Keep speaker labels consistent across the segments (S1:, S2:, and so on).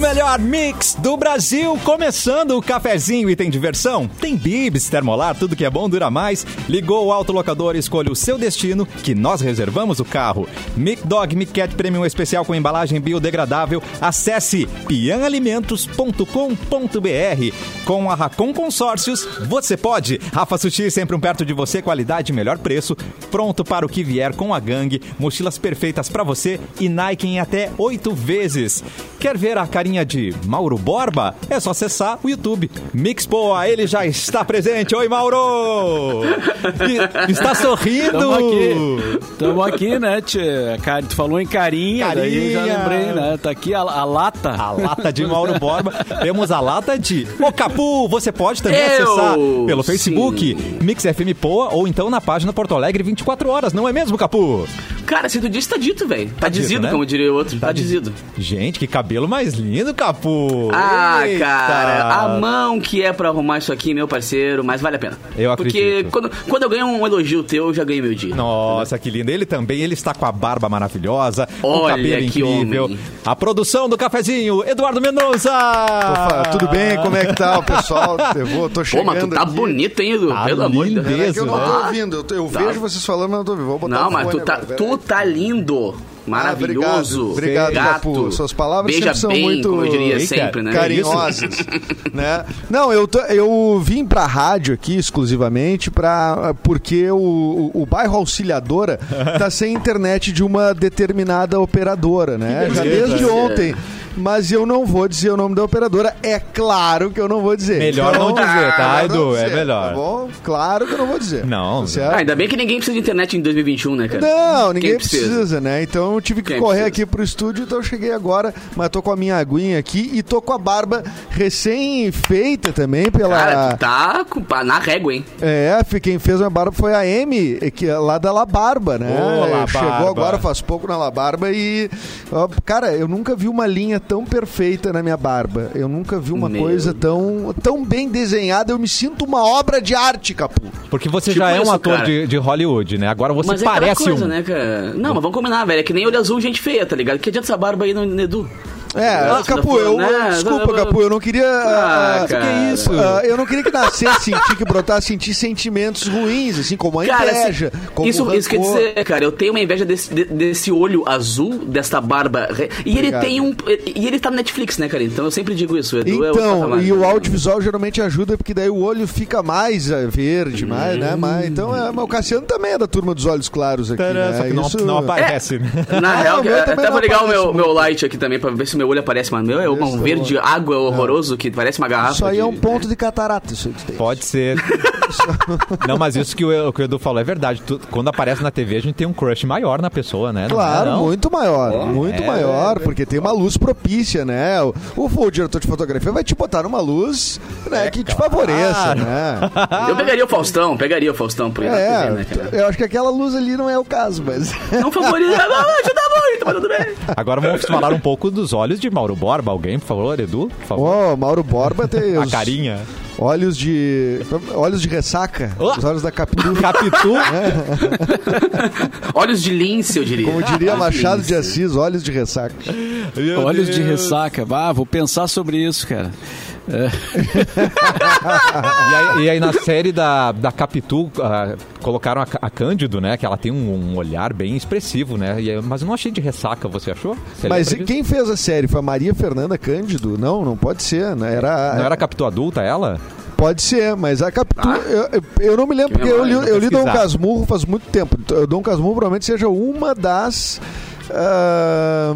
S1: melhor mix do Brasil, começando o cafezinho e tem diversão? Tem bibs, termolar, tudo que é bom dura mais. Ligou o autolocador e escolha o seu destino, que nós reservamos o carro. Mic Dog Mic Cat Premium Especial com embalagem biodegradável. Acesse pianalimentos.com.br. Com a Racon Consórcios, você pode. Rafa Sushi, sempre um perto de você, qualidade e melhor preço. Pronto para o que vier com a gangue. Mochilas perfeitas para você e Nike em até oito vezes. Quer ver a carinha de Mauro Borba? É só acessar o YouTube. Mixpoa, ele já está presente. Oi, Mauro! E- Está sorrindo!
S2: Tamo aqui. Tamo aqui, né, tchê? Cara, tu falou em carinha, daí eu já
S1: Carinha.
S2: lembrei, né? Tá aqui a, a lata.
S3: Ah,
S1: A lata de Mauro Borba. Temos a lata de O Capu. Você pode também
S3: Eu,
S1: acessar pelo
S3: sim.
S1: Facebook, Mix FM Poa ou então na página Porto Alegre 24 horas, não é mesmo, Capu?
S3: Cara, se tu diz, tá dito, velho. Tá,
S1: dito,
S3: dizido,
S1: né?
S3: como diria o outro. Tá, dizido.
S1: Gente, que cabelo mais lindo, Capu.
S3: Ah,
S1: Eita.
S3: cara, a mão que é pra arrumar isso aqui, meu parceiro, mas vale a pena.
S1: Eu
S3: Porque
S1: acredito.
S3: quando, quando eu ganho um elogio teu, eu já ganhei meu dia.
S1: Nossa, que lindo. Ele também, ele está com a barba maravilhosa, com o
S3: Olha
S1: cabelo
S3: que
S1: incrível.
S3: homem.
S1: A produção do cafezinho, Eduardo Mendonça.
S4: Opa, tudo bem? Como é que tá o pessoal? Eu vou, tô
S3: Pô,
S4: chegando
S3: mas tu tá
S4: aqui.
S3: bonito, hein, Edu?
S1: Tá
S3: Pelo amor de Deus.
S1: lindeza,
S4: É que eu não tô
S3: Ah,
S4: ouvindo. Eu, tô- eu
S3: tá.
S4: vejo vocês falando, mas não tô ouvindo. Vou botar
S3: Não,
S4: o
S3: mas tu
S4: fone
S3: tá,
S4: agora, peraí.
S3: tu tá lindo. Maravilhoso.
S4: Ah, obrigado. Obrigado,
S3: gato.
S4: Capu. Suas palavras
S3: Beija
S4: sempre são
S3: bem,
S4: muito-
S3: como eu diria
S1: Eita,
S3: sempre, né?
S1: carinho.
S4: carinhosas, né? Não, eu, tô- eu vim pra rádio aqui exclusivamente pra, porque o, o, o bairro Auxiliadora tá sem internet de uma determinada operadora, né? Já
S1: beleza.
S4: desde ontem. Mas eu não vou dizer o nome da operadora. É claro que eu não vou dizer. Então,
S1: Melhor não dizer, tá,
S4: melhor não
S1: Edu? É
S4: dizer,
S1: melhor.
S4: Tá bom? Claro que eu não vou dizer.
S1: Não.
S4: Tá certo?
S3: Ah, ainda bem que ninguém precisa de internet em 2021, né, cara?
S4: Não, ninguém
S3: Quem
S4: precisa? né? Então eu tive que
S3: Quem
S4: correr
S3: precisa?
S4: aqui pro estúdio, então eu cheguei agora, mas tô com a minha aguinha aqui e tô com a barba recém-feita também pela.
S3: Cara, tu tá com- pá, na régua, hein?
S4: É, fi- quem fez minha barba foi a M, que é lá da La Barba, né?
S1: Ô, La
S4: Chegou
S1: Barba.
S4: agora faz pouco na La Barba e. ó, cara, eu nunca vi uma linha tão perfeita na minha barba. Eu nunca vi uma
S3: Meu
S4: coisa tão, tão bem desenhada. Eu me sinto uma obra de arte, Capu.
S1: Porque você
S3: Tipo
S1: já é um
S3: isso,
S1: ator
S3: cara.
S1: de, de Hollywood, né? Agora você
S3: mas é aquela
S1: parece
S3: coisa,
S1: um.
S3: né, cara? Não, mas vamos combinar, velho. É que nem olho azul, gente feia, tá ligado? Que adianta essa barba aí no no Edu?
S4: É,
S3: Nossa,
S4: Capu, eu,
S3: né?
S4: eu- Desculpa, Capu, eu não queria.
S3: Ah,
S4: ah,
S3: cara.
S4: que isso? Ah, eu não queria que nascesse, sentir que brotasse, sentir sentimentos ruins, assim, como a
S3: Cara,
S4: inveja.
S3: assim,
S4: como o
S3: isso,
S4: rancor.
S3: isso quer dizer, cara, eu tenho uma inveja desse, de- desse olho azul, desta barba. re- E ele
S4: Obrigado.
S3: tem um. E ele tá no Netflix, né, cara? Então eu sempre digo isso. o Edu é outro
S4: Então,
S3: patamar.
S4: e o audiovisual geralmente ajuda, porque daí o olho fica mais eh, verde, mais, né? Mais, então, é, mas o Cassiano também é da turma dos olhos claros aqui.
S1: Taran,
S4: né?
S1: Só que não,
S4: Isso-
S1: não
S3: É.
S1: aparece, né?
S3: Na
S4: Ah,
S3: real,
S4: o meu
S3: eu
S4: também
S3: até
S4: não
S3: vou ligar o meu,
S4: aparece
S3: meu light aqui também pra ver se meu olho aparece, mano. Meu é um
S4: Isso,
S3: verde água horroroso que parece uma garrafa.
S4: Isso aí é
S3: de-
S4: um ponto de catarata, isso aí que tem.
S1: Pode ser. não, mas isso que o, que o Edu falou é verdade. Tu- quando aparece na TV, a gente tem um crush maior na pessoa, né? Não é,
S4: Claro,
S1: não?
S4: muito maior, muito
S1: é,
S4: maior, porque tem uma luz propícia, né? O, o, o diretor de fotografia vai te botar numa luz né,
S1: É,
S4: que te
S1: Ah,
S4: favoreça, né?
S3: Eu pegaria o Faustão, pegaria o Faustão por ele.
S4: É,
S3: né, cara?
S4: eu acho que aquela luz ali não é o caso, mas...
S3: Não favorita, não, ajuda muito, mas tudo bem.
S1: Agora vamos falar um pouco dos olhos de Mauro Borba. Alguém, por favor, Edu? Por favor.
S4: Ó, Mauro Borba tem
S1: A
S4: os
S1: carinha.
S4: olhos de... olhos de ressaca,
S1: Ó.
S4: os olhos da captura.
S1: Capitu.
S3: Olhos de lince, eu diria.
S4: Como diria
S3: Olhos de
S4: Machado
S3: lince.
S4: de Assis, olhos de ressaca. É.
S1: Meu
S2: Olhos de
S1: Deus.
S2: ressaca. Ah, vou pensar sobre isso, cara.
S1: E aí, e aí na série da, da Capitu, ah, colocaram a, Cá- a Cândido, né? Que ela tem um, um olhar bem expressivo, né? E aí- mas eu não achei de ressaca, você achou? Você
S4: Mas
S1: lembra disso?
S4: quem fez a série? Foi a Maria Fernanda Cândido? Não, não pode ser, né? Era,
S1: Não era a Capitu adulta, ela?
S4: Pode ser, mas a Capitu. Eu, eu- eu não me lembro,
S3: Ah. Que
S4: porque eu li,
S3: memória,
S4: eu li Dom
S1: pesquisar.
S4: Casmurro faz muito tempo. Então, eu- Dom Casmurro provavelmente seja uma das. ah,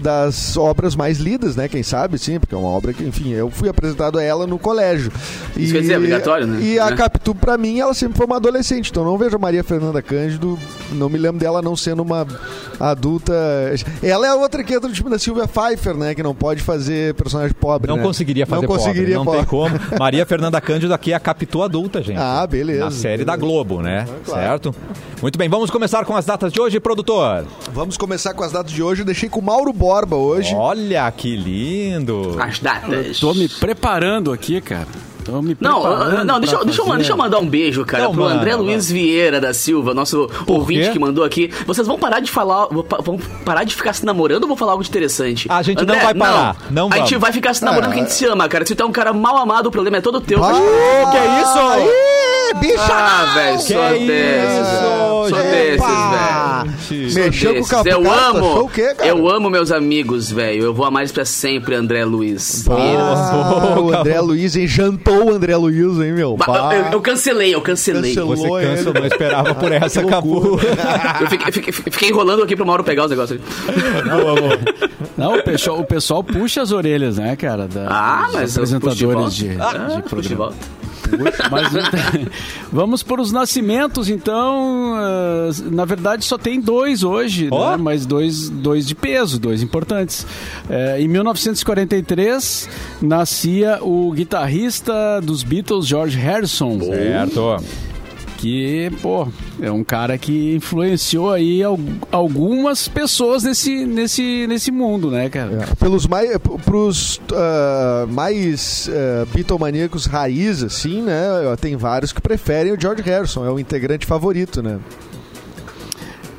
S4: das obras mais lidas, né? Quem sabe, sim, porque é uma obra que, enfim, eu fui apresentado a ela no colégio.
S3: Isso quer dizer, é obrigatório, né?
S4: E a
S3: Né?
S4: Capitu, pra mim, ela sempre foi uma adolescente, então não vejo a Maria Fernanda Cândido, não me lembro dela não sendo uma adulta. Ela é a outra que entra no time da Silvia Pfeiffer, né? Que não pode fazer personagem pobre.
S1: Não
S4: né?
S1: conseguiria fazer
S4: Não conseguiria
S1: pobre,
S4: pobre.
S1: não tem como. Maria Fernanda Cândido aqui é a Capitu adulta, gente.
S4: Ah, beleza.
S1: Na série
S4: beleza.
S1: da Globo, né?
S4: claro.
S1: Certo? Muito bem, vamos começar com as datas de hoje, produtor.
S4: Vamos começar com as datas de hoje. Eu deixei com o Mauro Borba hoje.
S1: Olha que lindo.
S3: As datas.
S2: Tô me preparando aqui, cara. Tô me
S3: Não, ah,
S2: preparando
S3: não, deixa, eu-
S2: pra
S3: deixa, eu, ma-
S2: fazer.
S3: deixa eu mandar um beijo, cara,
S1: Então
S3: pro
S1: manda,
S3: André Luiz Vieira da Silva, nosso ouvinte
S1: quê?
S3: que mandou aqui. Vocês vão parar de falar, vão pa- vão parar de ficar se namorando ou vou falar algo de interessante?
S1: A gente não vai parar, não
S3: a gente
S1: vamos.
S3: vai ficar se namorando porque a gente se ama, cara. Se tu é um cara mal amado, o problema é todo teu.
S1: que é isso?
S4: Ih, bicha!
S3: Ah, velho,
S1: Que
S3: só
S1: isso,
S3: desses, velho. Só
S1: gente.
S3: desses,
S4: Epa!
S3: velho.
S1: velho.
S3: Sou
S4: Mexeu com o
S3: desses.
S4: capitão,
S3: Eu
S4: tá
S3: amo,
S4: show o quê, cara?
S3: eu amo meus amigos, velho. Eu vou amar eles pra sempre, André Luiz. Vieira.
S4: Ah, o André Luiz, hein? Jantou o André Luiz, hein, meu?
S3: Ba-
S4: Bah.
S3: eu, eu cancelei, eu cancelei.
S4: Cancelou.
S1: Você
S4: Lua,
S1: cansa,
S4: ele.
S1: não esperava por essa,
S4: Que
S1: acabou.
S4: loucura.
S3: Eu fiquei, fiquei- fiquei enrolando aqui pro Mauro pegar os negócios.
S2: Não, o pessoal, o pessoal puxa as orelhas, né, cara? da-
S3: Ah,
S2: dos
S3: mas eu puxo de volta.
S2: apresentadores de, de,
S3: Ah, puxo de
S2: programa.
S3: volta.
S2: Mas,
S1: um.
S2: vamos para os nascimentos, então. eh, na verdade, só tem dois hoje,
S1: Ó.
S2: né? mas dois, dois de peso, dois importantes. Eh, em 1943, nascia o guitarrista dos Beatles, George Harrison,
S1: Certo.
S2: que, pô, é um cara que influenciou aí al- algumas pessoas nesse, nesse, nesse mundo, né, cara?
S4: Pelos mais. Pros ah, mais ah, bitomaníacos raiz, assim, né? Tem vários que preferem o George Harrison, é o integrante favorito, né?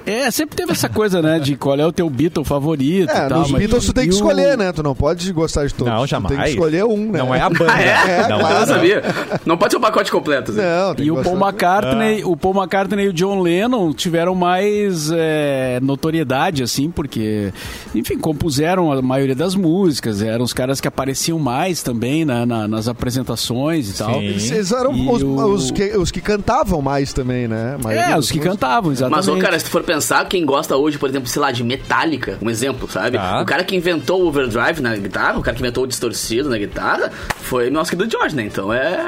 S2: É, sempre teve essa coisa, né, de qual é o teu Beatle favorito
S1: Tá,
S4: É,
S2: e tal.
S4: nos
S2: mas-
S4: Beatles tu tem
S2: e
S4: que
S2: o-
S4: escolher, né? Tu não pode gostar de todos.
S1: Não,
S4: Tu Tem
S1: jamais.
S4: que escolher um, né?
S1: Não é a banda.
S3: Ah, é?
S1: Não é
S3: eu
S1: a
S3: não
S1: banda.
S3: sabia. Não pode ser um pacote completo. assim.
S4: Não, tem
S2: E
S4: que
S2: o
S4: gostar
S2: Paul
S4: do-
S1: Ah.
S2: McCartney, o Paul McCartney e o John Lennon tiveram mais é, notoriedade, assim, porque, enfim, compuseram a maioria das músicas, eram os caras que apareciam mais também na- na- nas apresentações e tal.
S1: Sim.
S4: Eles eram
S2: E
S4: os,
S2: o-
S4: os que, os que cantavam mais também, né? A maioria
S2: É,
S4: dos
S2: os que
S4: músicos.
S2: cantavam, exatamente.
S3: Mas, ô, cara, se tu for pensar, quem gosta hoje, por exemplo, sei lá, de Metallica, um exemplo, sabe?
S1: Tá.
S3: O cara que inventou o overdrive na guitarra, o cara que inventou o distorcido na guitarra, foi nosso querido George, né? Então é.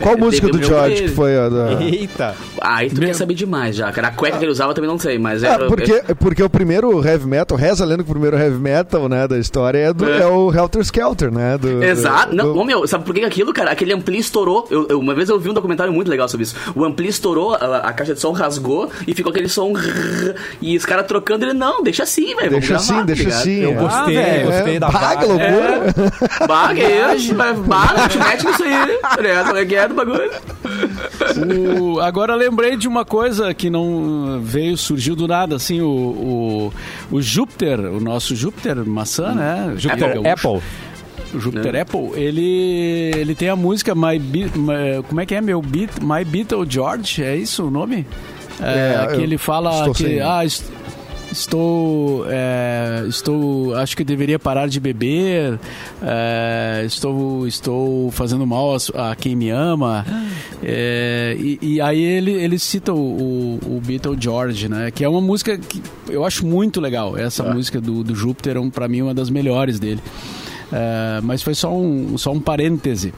S4: Qual
S3: é,
S4: música do
S3: devemos
S4: George
S3: ele.
S4: que foi a da... É,
S1: Eita.
S3: Aí tu
S2: Meu-
S3: quer saber demais já, cara. A cueca que ele usava também não sei, mas
S4: É,
S3: era.
S4: porque, porque o primeiro heavy metal, reza lendo que o primeiro heavy metal, né, da história é, do,
S3: É.
S4: é o Helter Skelter, né? do- do-
S3: Exato. Não,
S4: do-
S3: ô, meu, sabe por que que aquilo, cara? Aquele ampli estourou. Eu, eu- uma vez eu vi um documentário muito legal sobre isso. O ampli estourou, a, a caixa de som rasgou e ficou aquele som. rrr, E os caras trocando ele, não, deixa assim, velho.
S4: Deixa
S3: vamos gravar,
S4: assim,
S3: tá
S4: deixa
S3: ligado?
S4: assim. é.
S1: Gostei,
S2: velho,
S1: gostei
S4: é,
S1: da
S4: bah, que
S1: vibe.
S4: loucura.
S3: É. Bah, que isso? Bah, não te mete nisso aí. Tá ligado? Como é que é do bagulho?
S2: O- agora lembrei de uma coisa que não veio, surgiu do nada, assim, o, o, o Júpiter, o nosso Júpiter maçã, né?
S1: Júpiter
S2: Gaúcho.
S1: Hum. Apple.
S2: O
S4: Né?
S2: Júpiter Apple, ele, ele tem a música My, Be My- Como é que é? Meu Beat, My Beatle George, é isso o nome? É,
S4: É, eu
S2: que ele fala
S4: estou
S2: que.
S4: sem-
S2: Ah, est- estou. é, estou. Acho que deveria parar de beber. é, estou, estou fazendo mal a su- a, quem me ama.
S4: Ah.
S2: é, e, e aí ele, ele cita o, o, o Beatle George, né? Que é uma música que eu acho muito legal. Essa
S4: Ah.
S2: música do, do Júpiter, é um, pra mim, uma das melhores dele. É, mas foi só um, só um parêntese.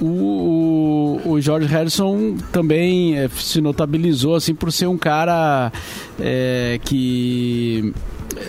S2: O, o, o George Harrison também é, se notabilizou assim por ser um cara é, que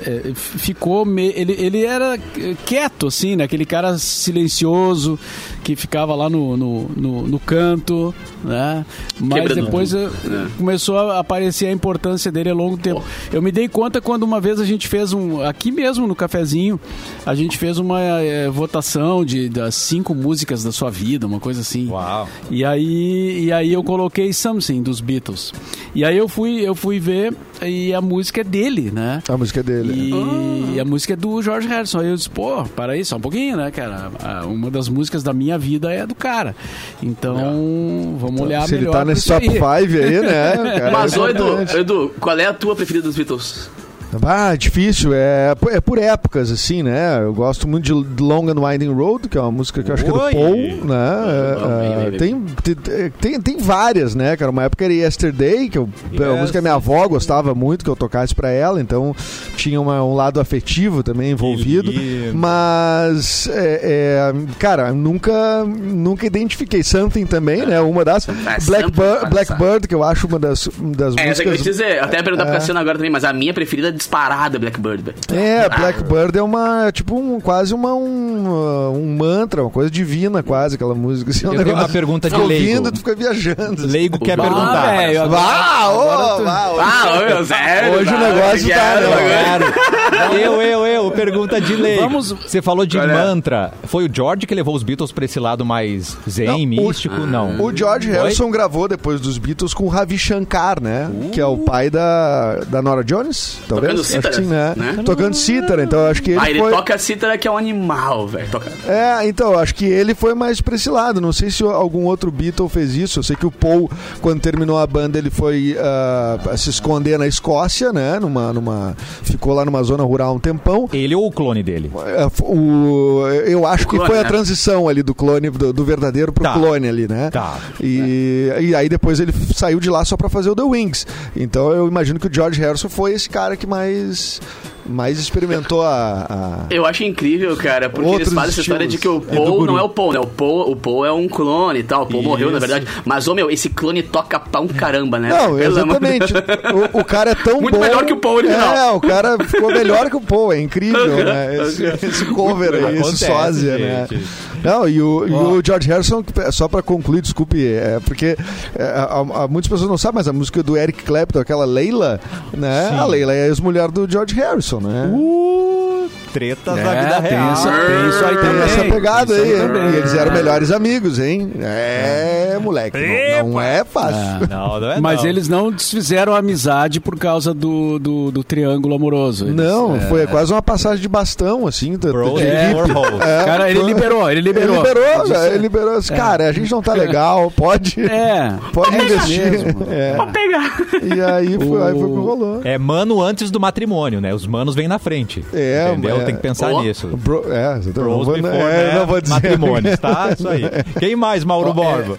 S2: é, f- ficou me- ele, ele era é, quieto assim né? aquele cara silencioso que ficava lá no, no, no- no canto né mas
S3: Quebrando
S2: depois
S3: tudo,
S2: é,
S3: né?
S2: começou a aparecer a importância dele ao longo do tempo. Eu me dei conta quando uma vez a gente fez um. Aqui mesmo no cafezinho, a gente fez uma eh, votação de, das cinco músicas da sua vida, uma coisa assim.
S1: Uau.
S2: E aí, e aí eu coloquei Something dos Beatles. E aí eu fui, eu fui ver e a música é dele, né?
S4: A música dele.
S2: E,
S4: Ah.
S2: e a música é do George Harrison. Aí eu disse, pô, para aí, só um pouquinho, né, cara? Ah, Uma das músicas da minha vida é do cara. Então, vamos olhar
S4: É. Se
S2: melhor.
S4: ele tá
S2: pra
S4: nesse
S2: isso
S4: top
S2: aí.
S4: 5 aí, né? cara,
S3: Mas,
S4: é
S3: ô, Edu,
S4: importante.
S3: Edu, qual é a tua preferida dos Beatles?
S4: Ah, difícil. É, é por épocas, assim, né? Eu gosto muito de Long and Winding Road, que é uma música que eu acho
S1: Oi!
S4: que é do Paul, né?
S3: Vem,
S4: É,
S3: vem,
S4: tem, tem- tem, tem várias, né, cara? Uma época era Yesterday, que eu, é uma
S1: Yes.
S4: música que a minha avó gostava muito, que eu tocasse pra ela, então tinha uma- um lado afetivo também envolvido.
S1: lindo.
S4: Mas, é, é, cara, nunca, nunca identifiquei. Something também, né? Uma das. Blackbird,
S3: É, Something,
S4: Blackbird, que eu acho uma das, das
S3: É, essa que eu ia te
S4: músicas
S3: dizer. Eu até ia perguntar pra Cassiano agora também, mas a minha preferida é disparada, Blackbird, velho. Ah,
S4: É, Blackbird é uma, tipo, um, quase uma, um, uh, um mantra, uma coisa divina quase, aquela música. Assim, é um
S1: Eu tenho
S4: negócio-
S1: uma pergunta de
S4: Fica ouvindo,
S1: leigo.
S4: tu fica viajando. assim.
S1: Leigo quer
S3: Bah,
S1: perguntar.
S2: velho,
S4: Vá, ô, vá,
S3: Ah, ô, meu, sério.
S4: Hoje o
S3: tá,
S4: negócio tá,
S3: obrigado,
S4: né,
S3: bagulho.
S1: Claro. Eu, eu, eu. Pergunta de lei.
S2: Vamos-
S1: Você falou de mantra. Foi o George que levou os Beatles pra esse lado mais zen,
S4: Não, o- Ah.
S1: místico? Não.
S4: O George
S1: Então, Oi?
S4: Harrison gravou depois dos Beatles com o Ravi Shankar, né? Que é o pai da, da Nora Jones, talvez?
S3: Tocando
S4: Acho que
S3: cítara,
S4: sim, né?
S3: né?
S4: Tocando cítara, então eu acho que ele
S3: Ah, ele
S4: foi...
S3: toca a cítara que é um animal, velho. Toca...
S4: É, então, eu acho que ele foi mais pra esse lado. Não sei se algum outro Beatle fez isso. Eu sei que o Paul, quando terminou a banda, ele foi ah, se esconder na Escócia, né? Numa, numa... Ficou lá numa zona rural um tempão.
S1: Ele ou o clone dele?
S4: É, f- o- eu acho
S3: clone,
S4: que foi a
S3: né?
S4: transição ali do clone, do, do verdadeiro pro
S1: Tá.
S4: clone ali, né?
S1: Tá.
S4: E, e aí depois ele f- saiu de lá só pra fazer o The Wings. Então eu imagino que o George Harrison foi esse cara que mais, mais experimentou a. a-
S3: Eu acho incrível, cara, porque
S4: Outros
S3: eles fazem essa
S4: estilos.
S3: história de que o
S4: E do
S3: Paul
S4: guru.
S3: não é o Paul, né? O Paul, o Paul é um clone e tal. O Paul morreu, na
S2: Isso.
S3: verdade. Mas, ô meu, esse clone toca pra um caramba, né? Pelo
S4: Não,
S3: amor de
S4: exatamente.
S3: Deus.
S4: O, o cara é tão
S3: Muito
S4: bom.
S3: melhor que o Paul original.
S4: É, o cara ficou melhor que o Paul. É incrível, né? Esse, esse cover aí, esse
S1: Acontece,
S4: sósia, né?
S1: gente.
S4: Não, e o, e o George Harrison, é, só pra concluir, desculpe, é porque é, a- a- muitas pessoas não sabem, mas a música do Eric Clapton, aquela Leila, né? A Leila é a ex-mulher do George Harrison, né?
S1: Uh, tretas da
S4: É,
S1: vida
S2: É, tem,
S1: real.
S2: essa, tem isso aí
S4: Tem
S2: também.
S4: essa pegada
S2: Isso
S4: aí.
S2: também.
S4: E eles eram melhores amigos, hein? É, moleque. Não, não é fácil.
S1: Não, não é
S2: Mas
S1: não.
S2: eles não desfizeram a amizade por causa do, do, do triângulo amoroso. Eles,
S4: Não,
S2: é,
S4: foi quase uma passagem de bastão, assim. da-
S1: Bros
S4: de-
S1: and
S2: É.
S1: Warhols.
S4: É,
S2: Cara, ele
S4: foi-
S2: liberou, ele
S4: Ele
S2: liberou.
S4: liberou,
S2: Disse-
S4: velho, ele liberou. Cara, a gente não tá legal, pode,
S2: É.
S4: pode
S2: É isso
S4: investir.
S2: mesmo.
S4: É.
S3: Pegar.
S4: E aí foi, aí foi o que rolou.
S1: É mano antes do matrimônio, né? Os manos vêm na frente.
S4: É,
S1: entendeu?
S4: é.
S1: Tem que pensar
S3: Ó.
S1: nisso.
S4: Bro- é, exatamente. não
S1: Bros
S4: vou,
S1: before,
S4: é,
S1: né?
S4: não vou dizer.
S1: Matrimônios, tá? Isso aí. Quem mais, Mauro Borba?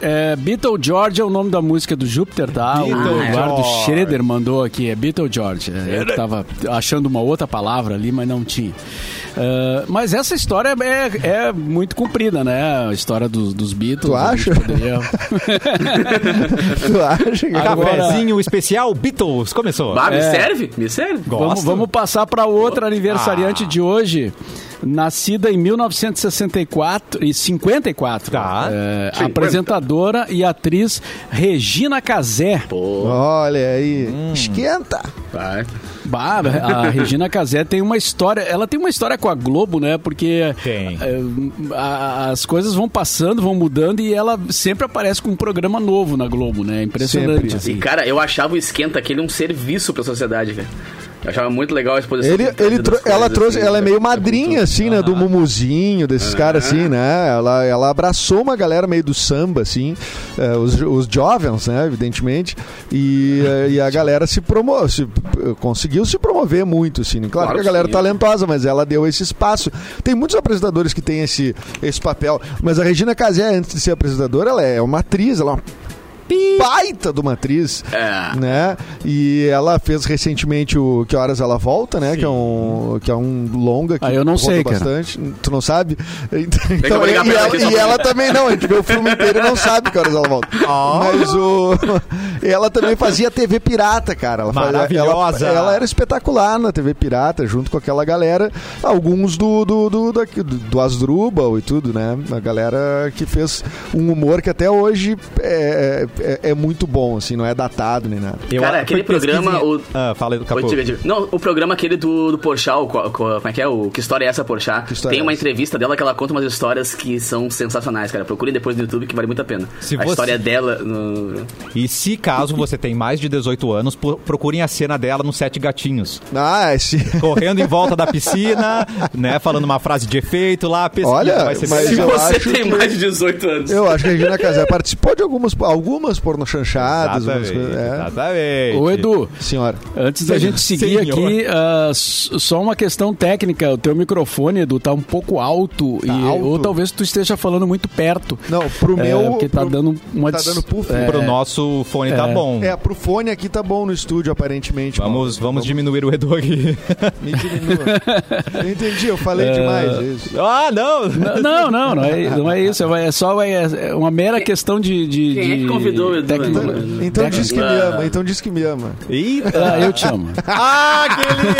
S2: É, Beatle George é o nome da música do Júpiter, tá?
S1: Beatle
S2: o Eduardo
S1: George.
S2: Schroeder mandou aqui, é Beatle George. É, eu tava achando uma outra palavra ali, mas não tinha. É, mas essa história é, é muito comprida, né? A história dos, dos Beatles.
S4: Tu
S2: a gente
S4: acha?
S2: poderia-
S4: Tu acha? que- é?
S2: Agora-
S1: Cafezinho especial Beatles. Começou.
S3: Bah, me
S2: É.
S3: serve? Me serve.
S1: Gosto.
S2: Vamos, vamos passar para outra aniversariante de hoje. Nascida em 1964 e 54.
S1: Tá.
S2: É,
S3: 50.
S2: apresentadora e atriz Regina Casé.
S3: Pô,
S4: Olha aí.
S2: Hum.
S4: Esquenta.
S3: vai.
S2: Bah, a Regina Casé tem uma história. Ela tem uma história com a Globo, né? Porque
S1: Tem.
S2: eh, a- as coisas vão passando, vão mudando e ela sempre aparece com um programa novo na Globo, né? Impressionante.
S4: Sempre.
S2: assim.
S3: E, cara, eu achava o Esquenta aquele um serviço pra sociedade, velho. Eu achava muito legal a exposição.
S4: Ele,
S3: das
S4: ele tro-
S3: coisas,
S4: ela
S3: assim,
S4: trouxe, ela é
S3: da-
S4: meio
S3: da
S4: madrinha,
S3: cultura.
S4: assim, né? Do Mumuzinho, desses caras, assim, né? Ela, ela abraçou uma galera meio do samba, assim, eh, os, jo- os jovens, né? Evidentemente. E, eh, e a galera se promo se, eh, conseguiu se promover muito, assim. Claro,
S3: Claro
S4: que a galera é
S3: que sim.
S4: talentosa, mas ela deu esse espaço. Tem muitos apresentadores que têm esse, esse papel, mas a Regina Casé, antes de ser apresentadora, ela é uma atriz, ela é uma baita de uma atriz,
S3: É.
S4: né? E ela fez recentemente o Que Horas Ela Volta, né? Que é, um, que é um longa que
S2: Ah, eu não
S4: rodou
S2: sei, cara.
S4: bastante. Tu não sabe?
S3: que tá eu
S4: Então,
S3: vou
S4: e
S3: ligar pra ela aqui
S4: ela,
S3: só
S4: e
S3: pra-
S4: ela também não. A gente vê o filme inteiro e não sabe Que Horas Ela Volta. Mas o... Ela também fazia TV Pirata, cara. Ela fazia-
S1: Maravilhosa.
S4: Ela, ela era espetacular na TV Pirata, junto com aquela galera. Alguns do, do, do, daqui- do, do Asdrubal e tudo, né? A galera que fez um humor que até hoje é, é, é muito bom, assim, não é datado nem nada.
S1: Eu-
S3: Cara, aquele
S1: foi pesquisa-
S3: programa, o-
S1: Ah, fala aí do
S3: Oi,
S1: capô.
S3: tive, tive. Não, o programa aquele do, do Porchat, o co- co- como é que é? O Que História é Essa, Porchat?
S4: história
S3: Tem
S4: é
S3: uma
S4: essa?
S3: entrevista dela que ela conta umas histórias que são sensacionais, cara. Procurem depois no YouTube que vale muito a pena.
S1: Se
S3: a
S1: você-
S3: história dela no...
S1: E se caso você tem mais de 18 anos, pro- procurem a cena dela no Sete Gatinhos.
S4: Ah, esse.
S1: Correndo em volta da piscina, né? Falando uma frase de efeito lá, pesquisa,
S4: Olha,
S1: vai ser
S4: mas
S3: Se
S4: eu
S3: você
S4: acho
S3: tem mais de 18 anos.
S4: Eu acho que a Regina Casé participou de algumas, algumas pornochanchadas, algumas
S1: Exatamente,
S4: coisas. É.
S1: exatamente.
S2: Ô, Edu,
S4: Senhora.
S2: antes da gente seguir
S1: Senhor.
S2: aqui, ah, s- só uma questão técnica. O teu microfone, Edu, tá um pouco alto. e,
S4: alto?
S2: Ou talvez tu esteja falando muito perto.
S4: Não, pro
S2: É,
S4: meu.
S2: porque tá
S4: pro-
S2: dando uma
S4: tá
S2: des- É.
S4: dando puff.
S1: Pro nosso fone tá bom.
S4: É, pro fone aqui tá bom no estúdio, aparentemente.
S1: Vamos, vamos diminuir o Edu aqui.
S4: Me diminua. Eu entendi, eu falei demais. é Isso.
S1: ah, não!
S2: Não, não, não é, não é isso. É só é, é uma mera questão de. de
S3: Quem é que
S2: de
S3: convidou o Edu,
S2: técnica.
S3: né?
S4: Então, então diz que me
S3: Ah.
S4: ama, então diz que me ama.
S1: Eita!
S2: Ah, eu te amo.
S1: Ah,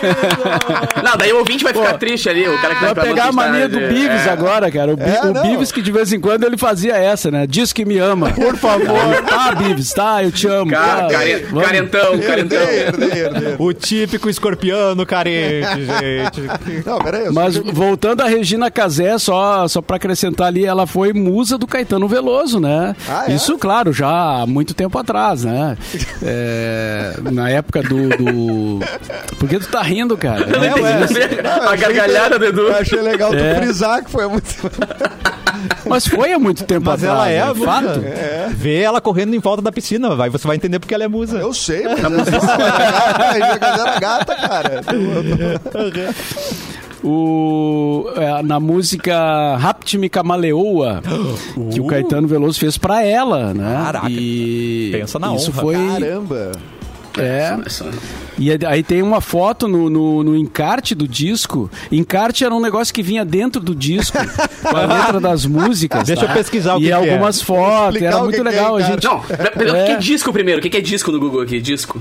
S1: que lindo!
S3: Não, daí o ouvinte vai ficar triste ali, o cara que tá
S2: Vai
S3: reclamando
S2: pegar a
S3: que
S2: mania do
S3: está-
S2: Bives
S3: é.
S2: agora, cara. O, Bi-
S4: É,
S2: o
S4: não.
S2: Bives que de vez em quando ele fazia essa, né? Diz que me ama. Por favor. tá, Bives, tá, eu te chamo.
S3: Cara,
S2: Ah,
S3: care-
S2: vamos.
S3: carentão, carentão.
S4: Herdei, herdei, herdei.
S1: O típico escorpiano carente, gente.
S4: Não, peraí. eu só
S2: Mas
S4: queria-
S2: voltando à Regina Casé, só, só para acrescentar ali, ela foi musa do Caetano Veloso, né?
S4: Ah, é?
S2: Isso, claro, já há muito tempo atrás, né? É, na época do, do. Por que tu tá rindo, cara?
S1: é
S3: Eu não entendi
S4: ué.
S3: também
S4: Não, eu
S3: a
S4: achei-
S3: gargalhada do Edu.
S4: eu Achei legal tu
S2: É.
S4: frisar que foi muito.
S2: Mas foi há muito tempo
S1: Mas
S2: atrás.
S1: ela é
S2: né?
S1: a
S2: fato.
S1: musa. É. Vê ela correndo em volta da piscina, vai, você vai entender porque ela é musa.
S4: Eu sei, mas
S3: Tá
S4: eu só a galera é gata, cara.
S2: O, é, na música Raptime Camaleoa, que o
S1: Uh.
S2: Caetano Veloso fez pra ela, né?
S1: Caraca.
S2: E
S1: Pensa na
S2: isso
S1: honra.
S2: Foi,
S4: Caramba.
S2: É,
S3: Essa-
S2: E aí- aí tem uma foto no, no- no encarte do disco. Encarte era um negócio que vinha dentro do disco, com a letra das músicas.
S1: Deixa
S2: tá?
S1: eu pesquisar o
S2: e
S1: que que é.
S2: algumas fotos,
S4: Explicar
S2: era
S4: o
S2: muito
S4: que que é
S2: legal. a
S4: encarte.
S2: gente...
S3: Não, pegou o que é disco primeiro. O que que é disco no Google aqui? Disco.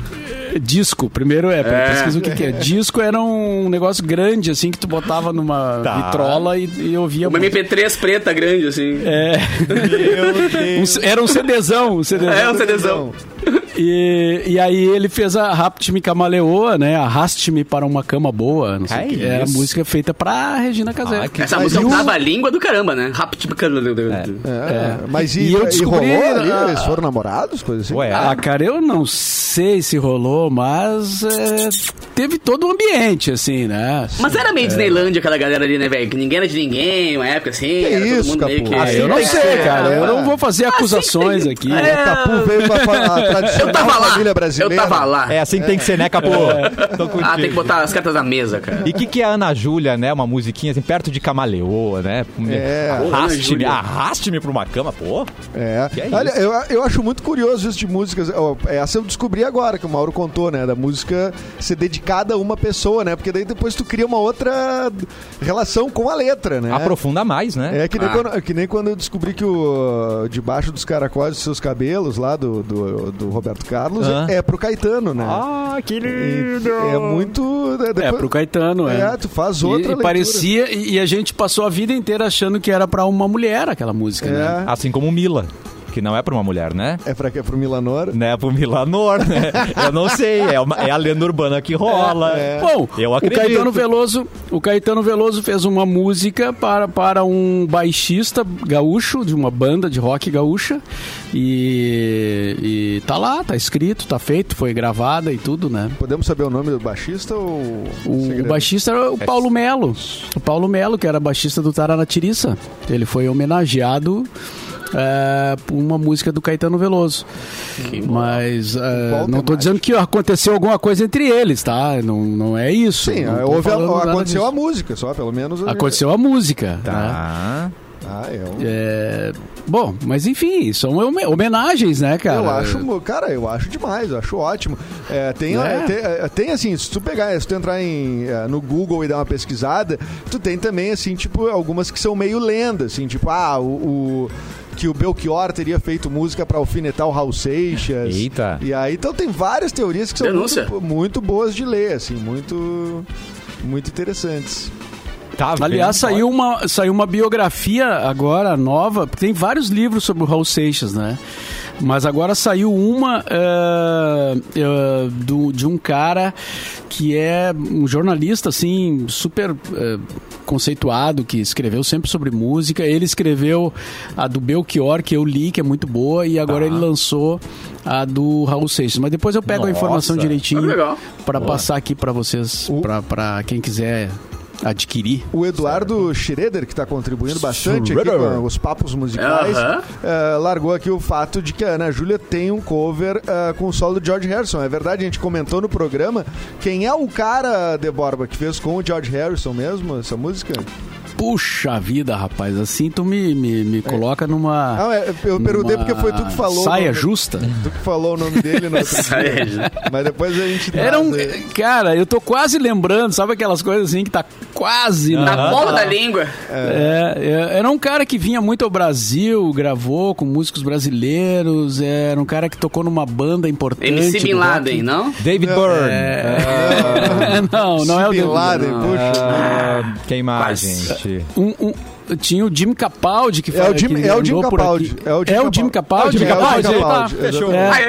S2: Disco, primeiro é,
S3: É.
S2: é. pesquisa o que, que é. Disco era um negócio grande, assim, que tu botava numa
S1: Tá.
S2: vitrola e, e ouvia.
S3: Uma MP3 preta grande, assim.
S2: É,
S1: Meu
S2: um-
S1: Deus.
S2: era um CDzão, um CDzão.
S3: É, um CDzão.
S2: E, e aí ele fez a Rapt-me Camaleoa, né? Arraste-me para uma cama boa. Não sei
S1: É
S2: o que. Era a
S1: isso.
S2: música feita pra Regina Casé.
S1: Ah, que
S3: Essa
S4: Mas
S3: música
S4: e o-
S3: tava a língua do caramba, né? Rápido. É.
S4: É, Mas e,
S2: E eu
S4: e
S2: descobri-
S4: rolou ali?
S2: ah.
S4: Eles foram namorados, coisas assim?
S1: Ué,
S2: Ah, cara, eu não sei se rolou, mas é, teve todo o ambiente, assim, né?
S3: Mas era meio Disneylândia aquela galera ali, né, velho? Que Ninguém era de ninguém, uma época assim.
S4: Que
S3: era todo
S4: isso,
S3: mundo meio
S4: Capu?
S3: que...
S4: Ah,
S2: É, eu não
S4: tem que
S2: sei,
S4: ser,
S2: cara.
S4: né?
S2: Eu não vou fazer acusações aqui.
S4: É,
S3: É.
S4: Capu veio com a, fa- a
S3: Eu
S4: tradicional
S3: tava lá.
S4: É família brasileira.
S3: Eu tava lá.
S1: É assim que tem que ser, né, Capô? Tô contigo.
S3: Ah, tem que botar as cartas na mesa, cara.
S1: E o que, que é Ana Júlia, né? Uma musiquinha assim, perto de Camaleoa, né?
S4: É.
S3: Ana
S1: Arraste-me,
S3: Júlia.
S1: arraste-me pra uma cama, pô.
S4: É.
S1: Que é
S4: Olha,
S1: isso?
S4: eu, eu acho muito curioso isso de músicas. Ó, é, Essa eu descobri agora, que o Mauro contou, né? Da música ser dedicada a uma pessoa, né? Porque daí depois tu cria uma outra relação com a letra,
S1: É.
S4: né?
S1: Aprofunda mais, né?
S4: É que nem,
S3: Ah.
S4: quando, que nem quando eu descobri que o Debaixo dos Caracóis dos Seus Cabelos, lá do, do, do Roberto Carlos,
S1: Ah.
S4: é pro Caetano, né?
S1: Ah, que
S4: E
S1: lindo!
S4: é muito. né,
S2: É,
S4: depois-
S2: pro Caetano, é.
S4: É, tu faz
S2: E-
S4: outra
S2: e,
S4: leitura.
S2: parecia, e, e a gente passou a vida inteira achando que era pra uma mulher aquela música, né?
S4: É,
S1: Assim como Mila, que não é pra uma mulher, né?
S4: é, pra, é pro Milanor.
S1: Né, pro Milanor, né? Eu não sei, é, uma- é a lenda urbana que rola.
S2: Bom,
S1: eu
S2: o
S1: acredito.
S2: Caetano Veloso, o Caetano Veloso fez uma música para, para um baixista gaúcho de uma banda de rock gaúcha e, e tá lá, tá escrito, tá feito, foi gravada e tudo, né?
S4: Podemos saber o nome do baixista ou.
S2: O, o
S4: segredo? É.
S2: baixista era o Paulo Melo. O Paulo Melo, que era baixista do Taranatiriça. Ele foi homenageado eh, por uma música do Caetano Veloso. Mas eh,
S4: Volta
S2: não tô
S4: mais.
S2: dizendo que aconteceu alguma coisa entre eles, tá? Não, não é isso.
S4: Sim,
S2: Não tô
S4: houve a-
S2: falando nada
S4: aconteceu
S2: disso.
S4: a música só, pelo menos. a gente-
S2: Aconteceu a música. né?
S1: Tá.
S4: Ah, é um-
S2: É, bom, mas enfim, são home- homenagens, né, cara?
S4: eu acho, mo- cara, eu acho demais, eu acho ótimo. É, tem,
S2: É.
S4: tem, é, tem, assim, se tu pegar, se tu entrar em, é, no Google e dar uma pesquisada, tu tem também, assim, tipo, algumas que são meio lendas, assim, tipo, ah, o. o- que o Belchior teria feito música pra alfinetar o Raul Seixas.
S1: Eita.
S4: E aí, então tem várias teorias que são
S3: Denúncia.
S4: muito, muito boas de ler, assim, muito, muito interessantes.
S1: Tá vendo?
S2: Aliás, saiu uma, saiu uma biografia agora nova, porque tem vários livros sobre o Raul Seixas, né? Mas agora saiu uma eh, eh, do, de um cara que é um jornalista, assim, super eh, conceituado, que escreveu sempre sobre música. Ele escreveu a do Belchior, que eu li, que é muito boa, e agora ele lançou a do Raul Seixas. Mas depois eu pego a informação
S1: Nossa.
S2: direitinho
S3: Legal.
S2: para passar aqui para vocês,
S4: O-
S2: pra para quem quiser adquirir.
S4: O Eduardo Schroeder, que está contribuindo bastante aqui
S1: Schroeder.
S4: com os papos musicais,
S3: Aham.
S4: eh, largou aqui o fato de que a Ana Júlia tem um cover eh, com o solo do George Harrison. É verdade, a gente comentou no programa. Quem é o cara, De Borba, que fez com o George Harrison mesmo essa música?
S2: Puxa vida, rapaz, assim tu me, me, me coloca numa.
S4: Ah, é, eu perguntei
S2: numa
S4: porque foi tu que falou. né? o
S2: Saia
S4: nome-
S2: justa?
S4: Tu que falou o nome dele no outro
S3: Saia
S4: dia.
S3: justa.
S4: Mas depois a gente...
S2: Era um.
S4: traz, eh,
S2: Cara, eu tô quase lembrando, sabe aquelas coisas assim que tá quase.
S3: Na
S2: na-
S3: bola da língua.
S2: É, é, era um cara que vinha muito ao Brasil, gravou com músicos brasileiros, era um cara que tocou numa banda importante.
S3: MC Bin
S2: do rock.
S3: Laden, não?
S1: David Byrne.
S2: não, não é o
S4: Bin
S2: David Byrne.
S4: Laden, puxa.
S1: Ah, quem mais,
S3: Quase.
S1: gente? Entendi.
S2: um, um- tinha o Jim Capaldi que
S4: É o Jim,
S2: que
S4: é o Jim
S2: andou por aqui.
S4: Capaldi.
S2: É o Jim Capaldi.
S1: É o Jim Capaldi,
S2: Ah,
S1: Capaldi, fechou.
S2: É.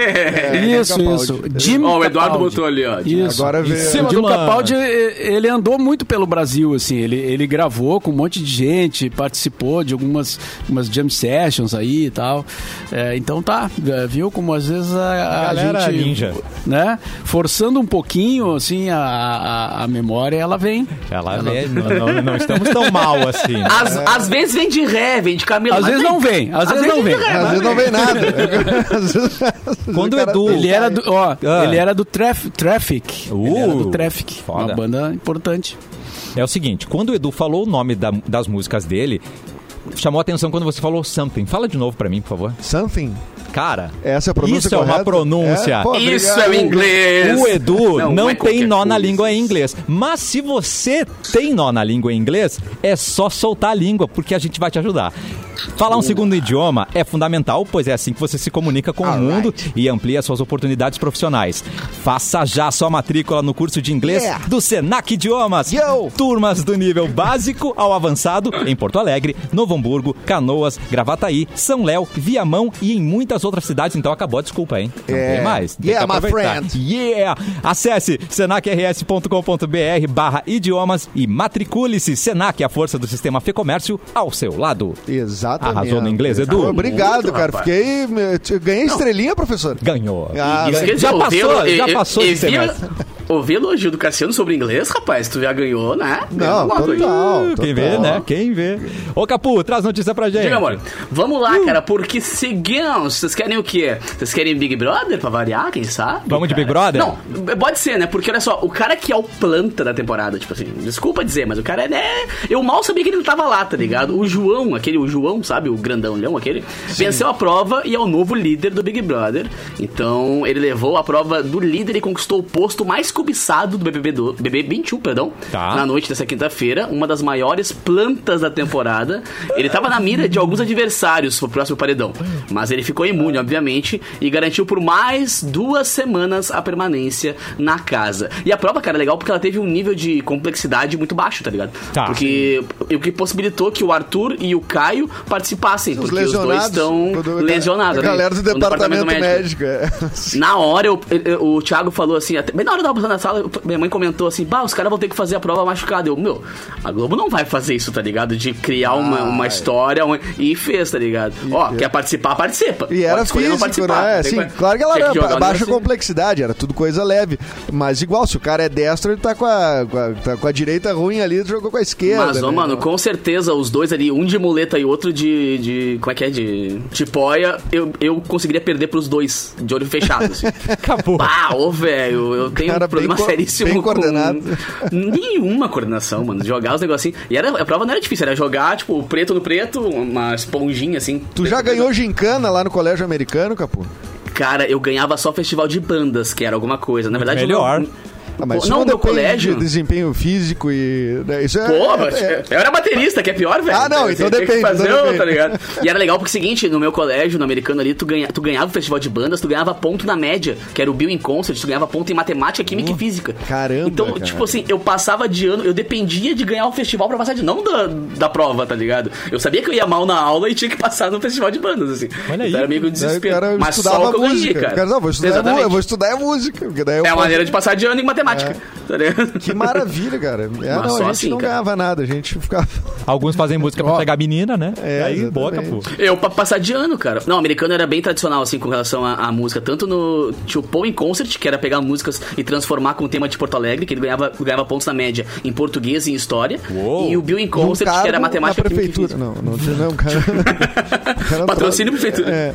S3: É.
S2: Isso,
S4: Capaldi.
S2: isso. Jim
S3: Ó, o Eduardo
S2: Capaldi.
S3: botou ali, ó.
S2: Isso.
S4: Agora vê-
S2: Em cima
S1: O Jim
S2: do
S1: Lan-
S2: Capaldi, eh, ele andou muito pelo Brasil, assim. Ele, ele gravou com um monte de gente, participou de algumas umas jam sessions aí e tal. É, então tá, eh, viu como às vezes a, a
S1: Galera
S2: gente...
S1: ninja.
S2: Né? Forçando um pouquinho, assim, a, a, a memória, ela vem.
S1: Ela vê, não, não- não estamos tão mal assim. né?
S3: Às, às vezes vem de ré, vem de camelo.
S2: Às
S3: mas é
S2: vezes não vem, às vezes não vem.
S4: Às vezes não vem nada. Às vezes- às vezes
S1: Quando o
S4: cara-
S1: Edu-
S2: Ele era do, ó,
S1: Ah.
S2: ele era do Traf- Traffic. ele era
S1: Uh,
S2: do Traffic.
S1: foda.
S2: Uma banda importante.
S1: É o seguinte, quando o Edu falou o nome da- das músicas dele, chamou a atenção quando você falou something. Fala de novo pra mim, por favor.
S4: Something.
S1: Cara,
S4: Essa é a pronúncia
S1: isso é uma
S4: correta?
S1: pronúncia.
S4: É? Pô,
S3: Isso é
S4: obrigado.
S3: o inglês.
S1: O Edu não,
S3: é
S1: tem
S3: qualquer
S1: nó na
S3: coisa.
S1: língua em inglês. Mas se você tem nó na língua em inglês, é só soltar a língua, porque a gente vai te ajudar. Falar um segundo idioma é fundamental, pois é assim que você se comunica com o mundo e amplia suas oportunidades profissionais. Faça já sua matrícula no curso de inglês
S4: Yeah.
S1: do Senac Idiomas.
S4: Yo!
S1: Turmas do nível básico ao avançado em Porto Alegre, Novo Hamburgo, Canoas, Gravataí, São Léo, Viamão e em muitas outras cidades. Então acabou a desculpa, hein? Não
S4: É.
S1: tem mais. Tem
S4: Yeah,
S1: que
S4: my
S1: aproveitar.
S4: friend.
S1: Yeah! Acesse senacrs.com.br barra idiomas e matricule-se. Senac, a força do sistema Fê Comércio, ao seu lado.
S4: Exatamente.
S1: Arrasou no inglês, Edu.
S4: Pô, Obrigado,
S3: Muito,
S4: cara.
S3: rapaz.
S4: Fiquei. me- te- Ganhei estrelinha, professor.
S1: Ganhou.
S4: Ah,
S3: Isso
S4: sim.
S3: quer dizer,
S1: Já
S3: ouvi-
S1: passou, já
S3: eu- eu-
S1: passou
S3: eu
S1: esse
S3: vi-
S1: semestre.
S3: Ouvi elogio do Cassiano sobre inglês, rapaz. Tu já ganhou, né?
S4: Não,
S3: Ganhou logo aí.
S4: total.
S1: Uh, Quem vê,
S4: total.
S1: né? Quem vê. Ô, Capu, traz notícia pra gente.
S3: Diga, amor. Vamos lá,
S1: Hum.
S3: cara, porque seguimos. Vocês querem o quê? Vocês querem Big Brother pra variar, quem sabe?
S1: Vamos de
S3: cara?
S1: Big Brother?
S3: Não, pode ser, né? Porque olha só, o cara que é o planta da temporada, tipo assim, desculpa dizer, mas o cara é. Né? Eu mal sabia que ele não tava lá, tá ligado? O João, aquele, o João, sabe? O grandão leão aquele, venceu a prova e é o novo líder do Big Brother. Então, ele levou a prova do líder e conquistou o posto mais cobiçado do BBB, do, BBB 21, perdão,
S1: Tá.
S3: na noite dessa quinta-feira, uma das maiores plantas da temporada. Ele tava na mira de alguns adversários pro próximo paredão, mas ele ficou imune, obviamente, e garantiu por mais duas semanas a permanência na casa. E a prova, cara, é legal porque ela teve um nível de complexidade muito baixo, tá ligado?
S1: Tá.
S3: Porque o que possibilitou que o Arthur e o Caio participassem,
S4: Os
S3: porque os dois
S4: lesionados.
S3: estão
S4: quando-
S3: lesionados.
S4: A
S3: né?
S4: galera do
S3: Estão no
S4: departamento, médico. é.
S3: na hora, eu- eu- o Thiago falou assim, até, bem na hora da busão na sala, eu- minha mãe comentou assim, bah, os caras vão ter que fazer a prova machucada. Eu, meu, a Globo não vai fazer isso, tá ligado? De criar uma, uma história um- e fez, tá ligado? Ó, quer participar, participa.
S4: E
S3: Pode
S4: era
S3: escolher não
S4: físico,
S3: participar.
S4: né?
S3: Tem
S4: Assim,
S3: que-
S4: claro que ela
S3: tinha
S4: era
S3: jogar,
S4: ba-
S3: né?
S4: baixa
S3: Assim.
S4: complexidade, era tudo coisa leve. Mas igual, se o cara é destro, ele tá com a, com a, tá com a direita ruim ali, jogou com a esquerda.
S3: Mas, ó,
S4: né?
S3: mano, com certeza os dois ali, um de muleta e outro de. de como é que é? De tipóia, eu, eu conseguiria perder pros dois, de olho fechado. Assim.
S1: Acabou.
S3: Ah, ô, velho, eu tenho
S4: Cara,
S3: um problema
S4: bem co-
S3: seríssimo
S4: bem
S3: com
S4: coordenado.
S3: nenhuma coordenação, mano. Jogar os negocinhos. E era, a prova não era difícil, era jogar, tipo, o preto no preto, uma esponjinha assim.
S4: Tu já ganhou gincana lá no colégio americano, Capu?
S3: Cara, eu ganhava só festival de bandas, que era alguma coisa. Na verdade,
S1: Melhor.
S3: eu-
S4: Ah, mas
S3: Pô,
S4: isso
S3: não,
S4: não,
S3: meu
S4: depende
S3: colégio.
S4: de desempenho físico e. né, Isso é.
S3: Pô,
S4: é-
S3: mas
S4: é-
S3: eu era baterista, que é pior, velho.
S4: Ah, não,
S3: Você
S4: então
S3: tem que
S4: depende,
S3: fazer
S4: então
S3: um,
S4: depende.
S3: tá ligado? E era legal porque é o seguinte, no meu colégio, no americano ali, tu, ganha, tu ganhava o festival de bandas, tu ganhava ponto na média, que era o Bill in Concert, tu ganhava ponto em matemática, química e física.
S4: caramba,
S3: Então,
S4: cara.
S3: tipo assim, eu passava de ano, eu dependia de ganhar o festival pra passar de não da, da prova, tá ligado? Eu sabia que eu ia mal na aula e tinha que passar no festival de bandas, assim.
S1: Olha aí.
S3: Então era meio que um
S4: Daí né, o
S3: desespero.
S4: cara
S3: Mas só
S4: estudava
S3: o que eu ganhei,
S4: música.
S3: cara.
S4: O cara, não, vou estudar,
S3: Exatamente.
S4: eu vou estudar é música. Porque daí eu
S3: É a
S4: posso-
S3: maneira de passar de ano em matemática, tá ligado?
S4: É. Que maravilha, cara. É, não, a
S3: só
S4: gente
S3: assim,
S4: não
S3: cara.
S4: ganhava nada, a gente ficava.
S1: Alguns fazem música pra
S2: Ó.
S1: pegar menina, né?
S4: É,
S1: Aí, boa, Capu.
S4: exatamente.
S3: Eu, pra passar de ano, cara. Não, o americano era bem tradicional, assim, com relação à, à música. Tanto no Tio Paul em Concert, que era pegar músicas e transformar com o tema de Porto Alegre, que ele ganhava, ganhava pontos na média em português e em história.
S1: Uou.
S3: E o Bill em
S4: num
S3: Concert, que
S4: um cargo
S3: era matemática
S4: Na
S3: química e
S4: prefeitura.
S3: física.
S4: Não, não, tinha- não, cara. o cara não
S3: Patrocínio
S4: tra-
S3: prefeitura.
S4: É.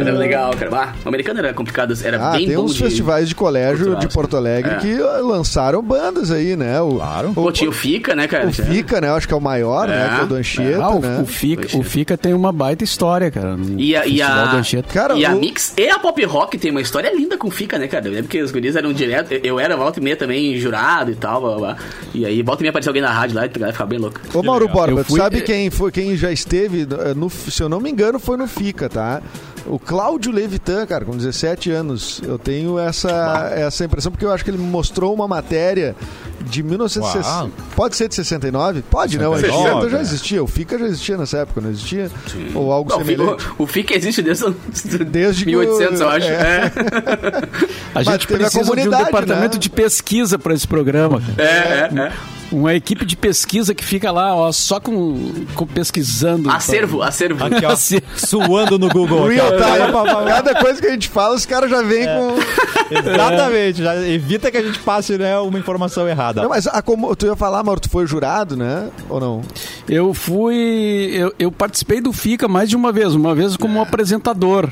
S3: Era legal, cara. Ah, o americano era complicado, era
S4: Ah,
S3: bem
S4: tem
S3: bom
S4: uns
S3: de...
S4: festivais de colégio
S3: cultural,
S4: de Porto Alegre
S3: é.
S4: que lançaram bandas aí, né? O,
S1: Claro.
S3: Pô, tinha o Fica, né, cara?
S4: o Fica, né? Eu acho que é o maior, né?
S3: É.
S4: Que é o do Anchieta,
S2: Ah, o,
S4: né?
S2: o Fica,
S3: Poxa.
S2: o Fica tem uma baita história, cara. no
S3: E a, e
S2: Festival
S3: a,
S2: do Anchieta.
S4: Cara,
S3: e a
S4: o-
S3: Mix e a Pop Rock tem uma história linda com Fica, né, cara? Eu lembro que os guris eram direto. eu- Eu era volta e meia também, jurado e tal. Blá, blá. E aí volta e meia apareceu alguém na rádio lá e a galera ficava bem louca.
S4: Ô Mauro
S1: legal.
S4: Borba,
S2: Eu
S4: tu
S2: fui-
S4: sabe quem, foi, quem já esteve, eh, no, se eu não me engano, foi no FICA, tá? O Cláudio Levitan, cara, com 17 anos. Eu tenho essa, essa impressão, porque eu acho que ele me mostrou uma matéria de 1960.
S1: Uau.
S4: Pode ser de 69? Pode, né? O
S1: 69,
S4: Anchieta já
S1: é.
S4: existia. O Fica já existia nessa época, não existia? Ou algo
S3: Não, o
S4: semelhante.
S3: Fica- o FIC existe desde,
S4: Desde
S3: desde
S4: que
S3: 1800, eu
S4: o-
S3: acho. É.
S2: A
S4: Mas
S2: gente
S4: teve a
S2: precisa de um
S4: comunidade,
S2: departamento
S4: né?
S2: de pesquisa para esse programa. cara.
S3: É, é, é.
S2: Uma equipe de pesquisa que fica lá, ó, só com, com pesquisando.
S3: Acervo, acervo.
S1: Aqui, ó,
S2: Sim.
S1: suando no Google. aqui, ó.
S4: Real time. Cada coisa que a gente fala, os caras já vêm com.
S1: Exatamente, já evita que a gente passe né, uma informação errada.
S4: Não, mas a como- tu ia falar, Mauro, tu foi jurado, né? Ou não?
S2: Eu fui. Eu, eu participei do FICA mais de uma vez, uma vez como apresentador.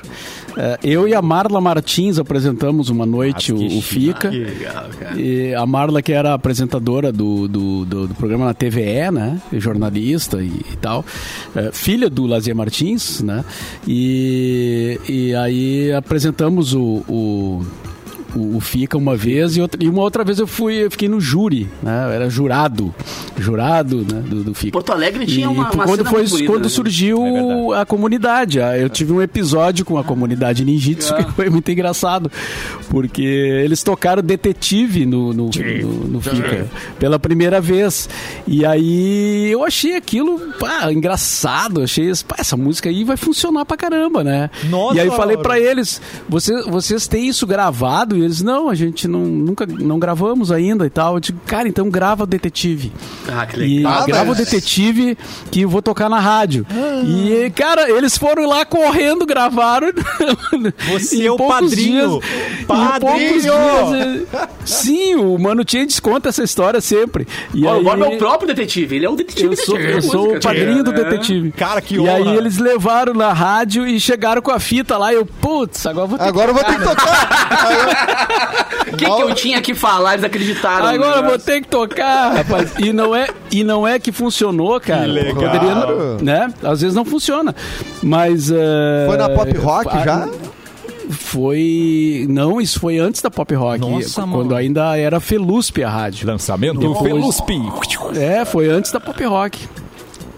S2: É, Eu e a Marla Martins apresentamos uma noite
S1: Mas que
S2: o, o
S4: Ah,
S2: FICA.
S3: Que legal, cara.
S2: E a Marla, que era apresentadora do, do, do- do programa na TVE, né? Jornalista e, e tal. É, filha do Lazier Martins, né? E, e aí apresentamos o. o o o Fica uma vez e, outra- e uma outra vez eu fui eu fiquei no júri, né? Eu era jurado, jurado né? do, do Fica.
S3: Porto Alegre tinha
S2: E
S3: uma- uma
S2: quando
S3: cena
S2: foi
S3: muito bonita,
S2: quando
S3: né?
S1: É
S2: surgiu
S1: verdade.
S2: a comunidade. Ah, Eu tive um episódio com a comunidade ninjitsu
S1: Ah.
S2: que foi muito engraçado, porque eles tocaram detetive no no, no-
S1: Ah.
S2: no Fica pela primeira vez. E aí eu achei aquilo pá, engraçado, achei esse- pá, essa música aí vai funcionar pra caramba, né?
S1: Nossa,
S2: e aí falei pra
S1: Laura.
S2: eles, vocês, vocês têm isso gravado? E eles, não, a gente não, nunca não gravamos ainda e tal. Eu digo, cara, então grava o detetive.
S3: Ah, que
S2: E
S3: legal.
S4: Ah,
S2: eu gravo
S4: mas-
S2: o detetive que eu vou tocar na rádio. E, cara, eles foram lá correndo, gravaram.
S1: Você
S2: Em
S1: é o
S2: poucos
S1: padrinho.
S2: em
S1: Padrinho!
S2: poucos dias, eh, sim, o Mano Tinha desconta essa história sempre. E
S3: Ó,
S2: aí,
S3: o Bob é o próprio detetive, ele é o detetive
S2: eu sou,
S3: detetive
S2: eu
S3: da
S2: sou
S3: música,
S2: o padrinho do
S3: né?
S2: detetive.
S1: Cara, que
S2: E
S1: honra.
S2: aí eles levaram na rádio e chegaram com a fita lá. E eu, putz, agora eu vou ter
S4: Agora eu vou ter que tocar.
S3: O que, que eu tinha que falar? Eles acreditaram.
S2: Agora eu
S3: né?
S2: vou ter que tocar, rapaz. E não é, e não é que funcionou, cara.
S1: Que legal.
S2: Poderia, né? Às vezes não funciona. Mas. eh,
S4: Foi na pop rock
S2: a-
S4: já?
S2: Foi. Não, isso foi antes da pop rock.
S1: Nossa,
S2: quando
S1: mano.
S2: ainda era Feluspe a rádio.
S1: Lançamento
S2: Depois-
S1: Feluspi.
S2: É, foi antes da pop rock.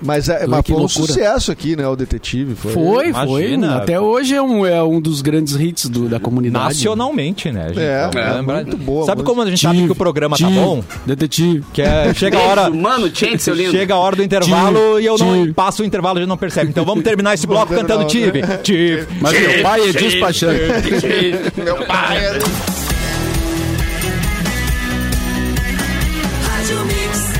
S4: Mas, é,
S2: Olha
S4: mas
S2: que
S4: foi um
S2: loucura.
S4: sucesso aqui, né? O detetive. Foi.
S2: Foi,
S1: Imagina.
S2: foi. Até hoje é um, é um dos grandes hits do- da comunidade.
S1: Nacionalmente, né? gente?
S4: É,
S1: Vamos
S4: é,
S1: lembrar.
S4: muito boa
S1: Sabe
S4: música.
S1: como a gente sabe que o programa tá
S2: Tive,
S1: bom?
S2: Detetive.
S1: Que é- chega a
S3: Beijo,
S1: hora.
S3: Mano, Chente, seu lindo.
S1: Chega a hora do intervalo
S2: Tive,
S1: e eu não
S2: tive.
S1: passo o intervalo, a gente não percebe. Então vamos terminar esse bloco
S4: Vamos
S1: cantando Tive.
S4: terminar,
S1: Tive.
S2: Mas meu pai é despachante.
S5: Rádio Mix,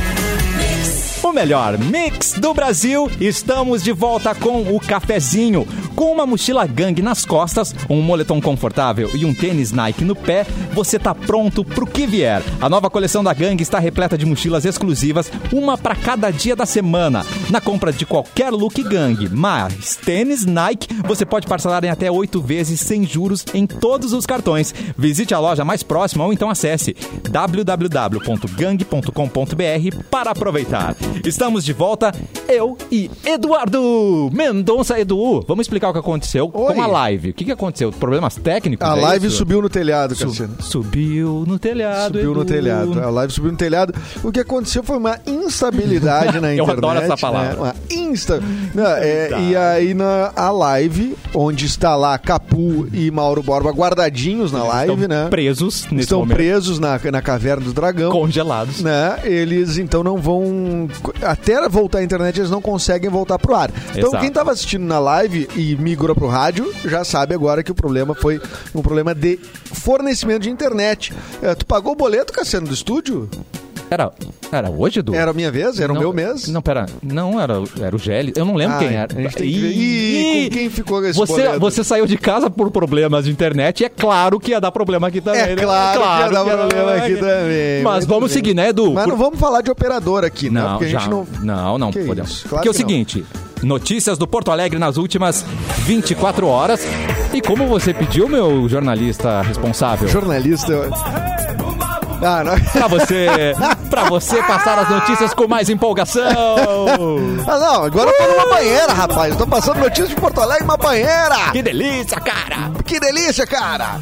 S5: Mix,
S1: O melhor mix do Brasil. Estamos de volta com o cafezinho. Com uma mochila gangue nas costas, um moletom confortável e um tênis Nike no pé, você tá pronto pro que vier. A nova coleção da gangue está repleta de mochilas exclusivas, uma para cada dia da semana. Na compra de qualquer look gangue, mas tênis Nike, você pode parcelar em até oito vezes sem juros em todos os cartões. Visite a loja mais próxima ou então acesse www.gang.com.br para aproveitar. Estamos de volta, eu e Eduardo Mendonça Edu. Vamos explicar o que aconteceu
S4: Oi.
S1: com a live. O que, que aconteceu? Problemas técnicos?
S4: A
S1: é
S4: live
S1: isso?
S4: subiu no telhado, Cassiano.
S1: Subiu no telhado.
S4: Subiu no
S1: Edu.
S4: telhado. É A live subiu no telhado. O que aconteceu foi uma instabilidade na
S1: Eu
S4: internet.
S1: adoro essa palavra.
S4: né? Uma insta... Não, é, e aí na a live, onde está lá Capu e Mauro Borba guardadinhos na live,
S1: Estão
S4: né?
S1: presos nesse
S4: Estão
S1: momento.
S4: presos na, na caverna do dragão.
S1: Congelados.
S4: né? Eles então não vão. Até voltar à internet, eles não conseguem voltar pro ar. Então,
S1: Exato.
S4: quem tava assistindo na live e migrou pro rádio já sabe agora que o problema foi um problema de fornecimento de internet. É, tu pagou o boleto, Cassiano, do estúdio?
S1: Era, era hoje, Edu?
S4: Era a minha vez? Era o
S1: Não,
S4: meu mês?
S1: Não, pera. Não, era, era o Gelli. Eu não lembro
S4: Ah,
S1: quem era.
S4: a gente tem que ver. Ih, com quem ficou esse
S1: você,
S4: boleto?
S1: você saiu de casa por problemas de internet e é claro que ia dar problema aqui também.
S4: É
S1: né?
S4: claro, que ia dar problema aqui também.
S1: Mas
S4: muito
S1: vamos
S4: bem.
S1: seguir, né, Edu?
S4: Mas
S1: Por-
S4: não vamos falar de operador aqui, né?
S1: não,
S4: Porque
S1: já,
S4: a gente não.
S1: não, não
S4: Que
S1: podemos.
S4: isso, claro
S1: Porque é o
S4: que não.
S1: seguinte, notícias do Porto Alegre nas últimas 24 horas. E como você pediu, meu jornalista responsável?
S4: Jornalista. eu- Ah, não.
S1: Pra você, pra você passar as notícias com mais empolgação.
S4: Ah, não, agora eu tô numa banheira, rapaz. Eu tô passando notícias de Porto Alegre numa banheira.
S1: Que delícia, cara!
S4: Que delícia, cara!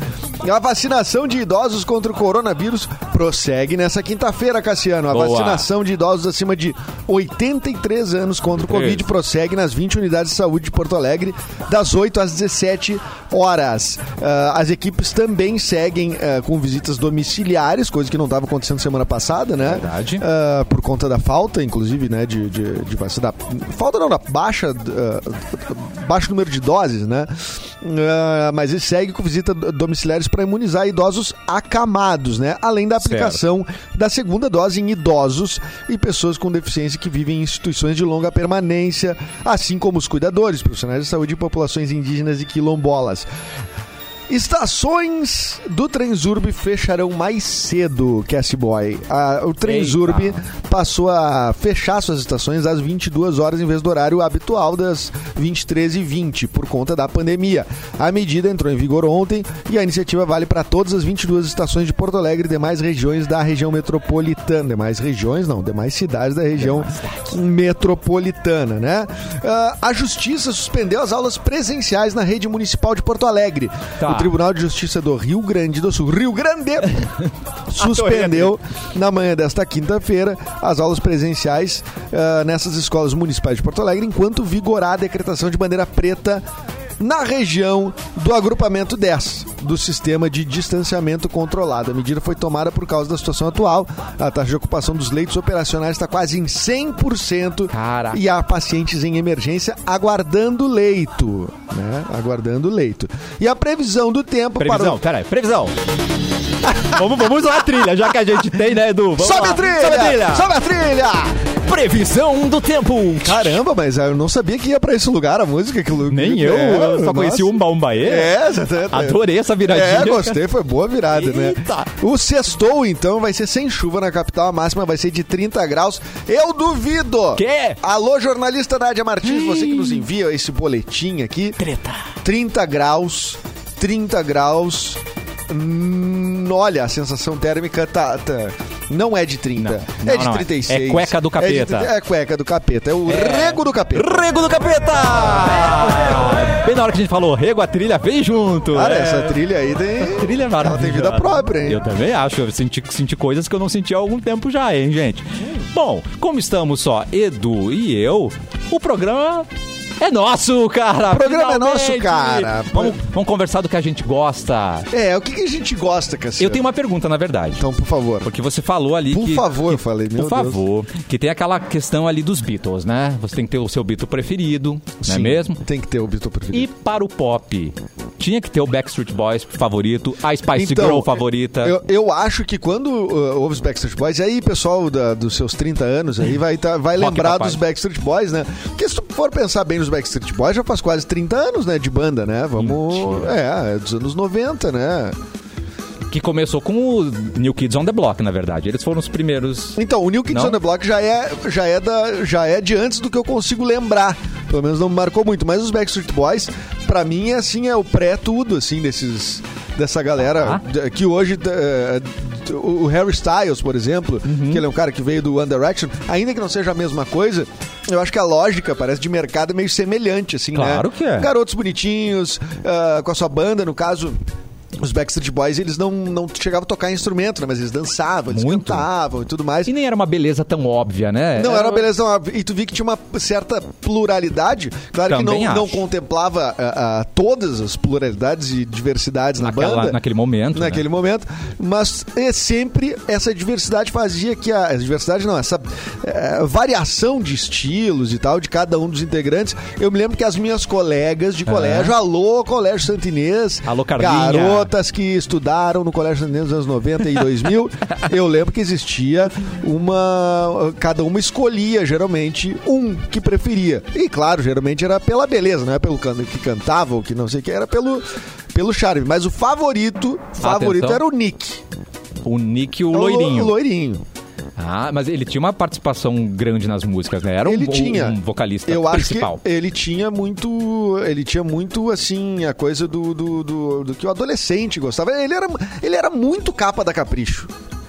S4: A vacinação de idosos contra o coronavírus prossegue nessa quinta-feira, Cassiano. A
S1: Boa.
S4: vacinação de idosos acima de 83 anos contra o Covid
S1: Três.
S4: prossegue nas 20 unidades de saúde de Porto Alegre, das 8 às 17 horas. Ah, as equipes também seguem ah, com visitas domiciliares, coisa que não estava acontecendo semana passada, né?
S1: Verdade.
S4: Ah, por conta da falta, inclusive, né, de, de, de vacina. Falta não, da baixa, ah, baixo número de doses, né? Ah, mas ele segue com visita do- domiciliares para imunizar idosos acamados, né? Além da aplicação da segunda dose em idosos e pessoas com deficiência que vivem em instituições de longa permanência, assim como os cuidadores, profissionais de saúde e populações indígenas e quilombolas. Estações do Transurb fecharão mais cedo, Castboy. Ah, o Transurb passou a fechar suas estações às 22 horas em vez do horário habitual das 23h20, por conta da pandemia. A medida entrou em vigor ontem e a iniciativa vale para todas as 22 estações de Porto Alegre e demais regiões da região metropolitana. Demais regiões, não, demais cidades da região metropolitana, né? Ah, a Justiça suspendeu as aulas presenciais na rede municipal de Porto Alegre.
S1: Tá.
S4: O Tribunal de Justiça do Rio Grande do Sul, Rio Grande, suspendeu na manhã desta quinta-feira as aulas presenciais ah, nessas escolas municipais de Porto Alegre, enquanto vigorar a decretação de bandeira preta na região do agrupamento 10 do sistema de distanciamento controlado. A medida foi tomada por causa da situação atual. A taxa de ocupação dos leitos operacionais está quase em 100%
S1: Caraca.
S4: e há pacientes em emergência aguardando leito, né? Aguardando leito. E a previsão do tempo para
S1: Previsão,
S4: o...
S1: peraí, previsão. vamos, vamos lá, trilha, já que a gente tem, né, Edu? Vamos
S4: Sobe
S1: lá.
S4: a trilha!
S1: Sobe a trilha!
S4: Sobe a trilha!
S1: Previsão do tempo!
S4: Caramba, mas eu não sabia que ia pra esse lugar a música. Que lu-
S1: Nem eu,
S4: É,
S1: eu só
S4: nossa.
S1: conheci um baumbaê.
S4: É, exatamente.
S1: Adorei essa viradinha.
S4: É, gostei, foi boa virada, né?
S1: Eita!
S4: O sextou, então, vai ser sem chuva na capital, a máxima vai ser de 30 graus. Eu duvido!
S1: Quê?
S4: Alô, jornalista Nádia Martins, você que nos envia esse boletim aqui. Treta. 30 graus, 30 graus. Hum, olha, a sensação térmica tá, tá- não é de 30,
S1: Não,
S4: é de
S1: não, é.
S4: 36.
S1: É cueca do
S4: de
S1: capeta.
S4: 30, É, cueca do capeta, é o rego do capeta.
S1: Rego do Capeta! Bem na hora que a gente falou, Rego, a trilha vem junto.
S4: Cara,
S1: É.
S4: essa trilha aí tem.
S1: Trilha é
S4: Ela tem vida
S1: maravilhosa.
S4: própria, hein?
S1: Eu também acho. Eu senti, senti coisas que eu não senti há algum tempo já, hein, gente? Bom, como estamos só Edu e eu, o programa é nosso, cara! O
S4: programa é nosso, cara.
S1: Vamos, vamos conversar do que a gente gosta.
S4: É, o que, que a gente gosta, Cassiano?
S1: Eu tenho uma pergunta, na verdade.
S4: Então, por favor.
S1: Porque você falou ali
S4: Por
S1: que...
S4: favor, eu falei, meu
S1: Por favor. Que tem aquela questão ali dos Beatles, né? Você tem que ter o seu Beatle preferido, não é
S4: Sim,
S1: mesmo?
S4: Tem que ter o Beatle preferido.
S1: E para o pop, tinha que ter o Backstreet Boys favorito, a Spice Girl favorita.
S4: Então, Eu, eu acho que quando uh, houve os Backstreet Boys, aí, pessoal da- dos seus 30 anos aí vai, tá- vai
S1: Rock
S4: lembrar
S1: papai.
S4: dos Backstreet Boys, né? Porque se tu for pensar bem nos Backstreet Boys, já faz quase 30 anos, né, de banda, né? Vamos. É, é dos anos 90, né?
S1: Que começou com o New Kids on the Block, na verdade. Eles foram os primeiros.
S4: Então, o New Kids
S1: Não?
S4: on the Block já é, já, é da, já é de antes do que eu consigo lembrar. Pelo menos não me marcou muito. Mas os Backstreet Boys, pra mim, é assim, é o pré-tudo, assim, desses... Dessa galera
S1: Ah.
S4: de- que hoje... eh, o o Harry Styles, por exemplo,
S1: Uhum.
S4: que ele é um cara que veio do One Direction, ainda que não seja a mesma coisa, eu acho que a lógica parece de mercado é meio semelhante, assim, né?
S1: Claro que é.
S4: Garotos bonitinhos, ah, com a sua banda, no caso... Os Backstreet Boys, eles não, não chegavam a tocar instrumento, né? Mas eles dançavam, eles
S1: Muito.
S4: cantavam Ah, e tudo mais.
S1: E nem era uma beleza tão óbvia, né?
S4: Não, era uma beleza. não, E tu vi que tinha uma certa pluralidade. Claro
S1: Também
S4: que não, não
S1: acho.
S4: contemplava ah, ah, todas as pluralidades e diversidades
S1: Naquela-
S4: na banda.
S1: naquele momento, né?
S4: Naquele momento. Mas é sempre essa diversidade fazia que a. Diversidade não, essa eh, variação de estilos e tal, de cada um dos integrantes. Eu me lembro que as minhas colegas de colégio, alô, Colégio Santinês,
S1: Alô, Carlinha.
S4: garotas que estudaram no Colégio Santinês nos anos 90 e 2000, eu lembro que existia uma. Cada uma escolhia, geralmente, um que preferia. E, claro, geralmente era pela beleza, não é pelo can- que cantava ou que não sei o que, era pelo. Pelo charme, mas o favorito, favorito
S1: Atenção.
S4: era o Nick.
S1: O Nick e o
S4: É
S1: Loirinho.
S4: O loirinho.
S1: Ah, mas ele tinha uma participação grande nas músicas, né? Era um,
S4: ele
S1: um-
S4: tinha
S1: um vocalista
S4: eu
S1: principal.
S4: acho que ele tinha muito ele tinha muito assim a coisa do, do, do, do que o adolescente gostava ele era ele era muito capa da capricho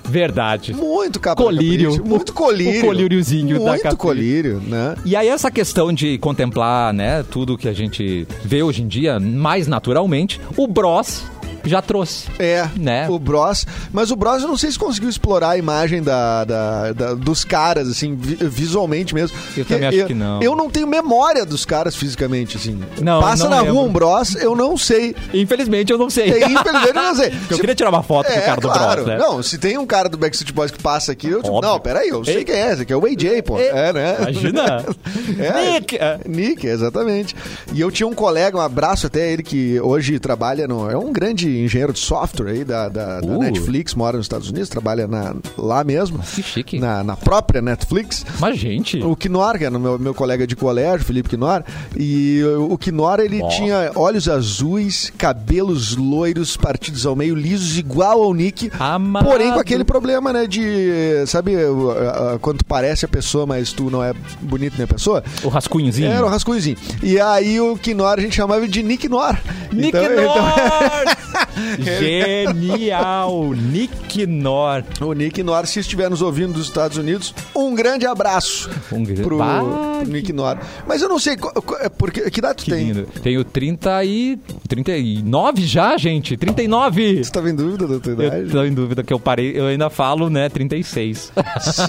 S1: Verdade.
S4: muito capa
S1: Colírio.
S4: da capricho muito colírio
S1: O colíriozinho da
S4: muito
S1: Capricho.
S4: colírio né
S1: E aí essa questão de contemplar, né, tudo que a gente vê hoje em dia mais naturalmente, o Bros
S6: já trouxe.
S4: É,
S6: Né?
S4: o Bros. Mas o Bros, eu não sei se conseguiu explorar a imagem da, da- da- dos caras, assim, vi- visualmente mesmo.
S1: Eu também acho que não.
S4: Eu não tenho memória dos caras fisicamente, assim.
S1: Não,
S4: Passa
S1: não
S4: na
S1: lembro.
S4: rua um Bros, eu não sei.
S6: Infelizmente eu não sei.
S4: É, Infelizmente, eu não sei. É,
S1: Porque eu queria tirar uma foto do cara do
S4: claro.
S1: Bros, né?
S4: Não, se tem um cara do Backstreet Boys que passa aqui, eu tipo,
S1: Óbvio.
S4: não, peraí, eu sei
S1: Ei.
S4: quem é, esse aqui é o AJ, pô. É, né?
S1: Imagina.
S4: É.
S1: Nick. É.
S4: Nick, exatamente. E eu tinha um colega, um abraço até ele, que hoje trabalha no. É um grande engenheiro de software aí da, da- da
S6: Uh.
S4: Netflix, mora nos Estados Unidos, trabalha na- lá mesmo.
S6: Que chique.
S4: Na, na própria Netflix.
S6: Mas, gente.
S4: O Quinor, que era meu, meu colega de colégio, Felipe Quinor, e o o Quinor, ele tinha olhos azuis, cabelos loiros, partidos ao meio, lisos, igual ao Nick.
S1: Amado.
S4: Porém, com aquele problema, né, de... Sabe, o- a- a- quando tu parece a pessoa, mas tu não é bonito nem a pessoa?
S1: O rascunhozinho.
S4: Era um rascunhozinho. E aí o Quinor a gente chamava de Nick Nor.
S1: Nick
S4: Então- então-
S1: Nor! Genial! Nick Nor.
S4: então, o Nick Nor, se estiver nos ouvindo dos Estados Unidos, um grande abraço
S1: Um grande-
S4: pro,
S1: Bah,
S4: pro Nick Nor. Mas eu não sei, co- co- é porque, que idade tu
S1: Que
S4: tem?
S1: lindo. Tenho 30 e... 39 já, gente? 39!
S4: Você tava em dúvida da tua
S1: Eu
S4: idade?
S1: tô em dúvida que eu parei, eu ainda falo, né, 36.
S4: Sim,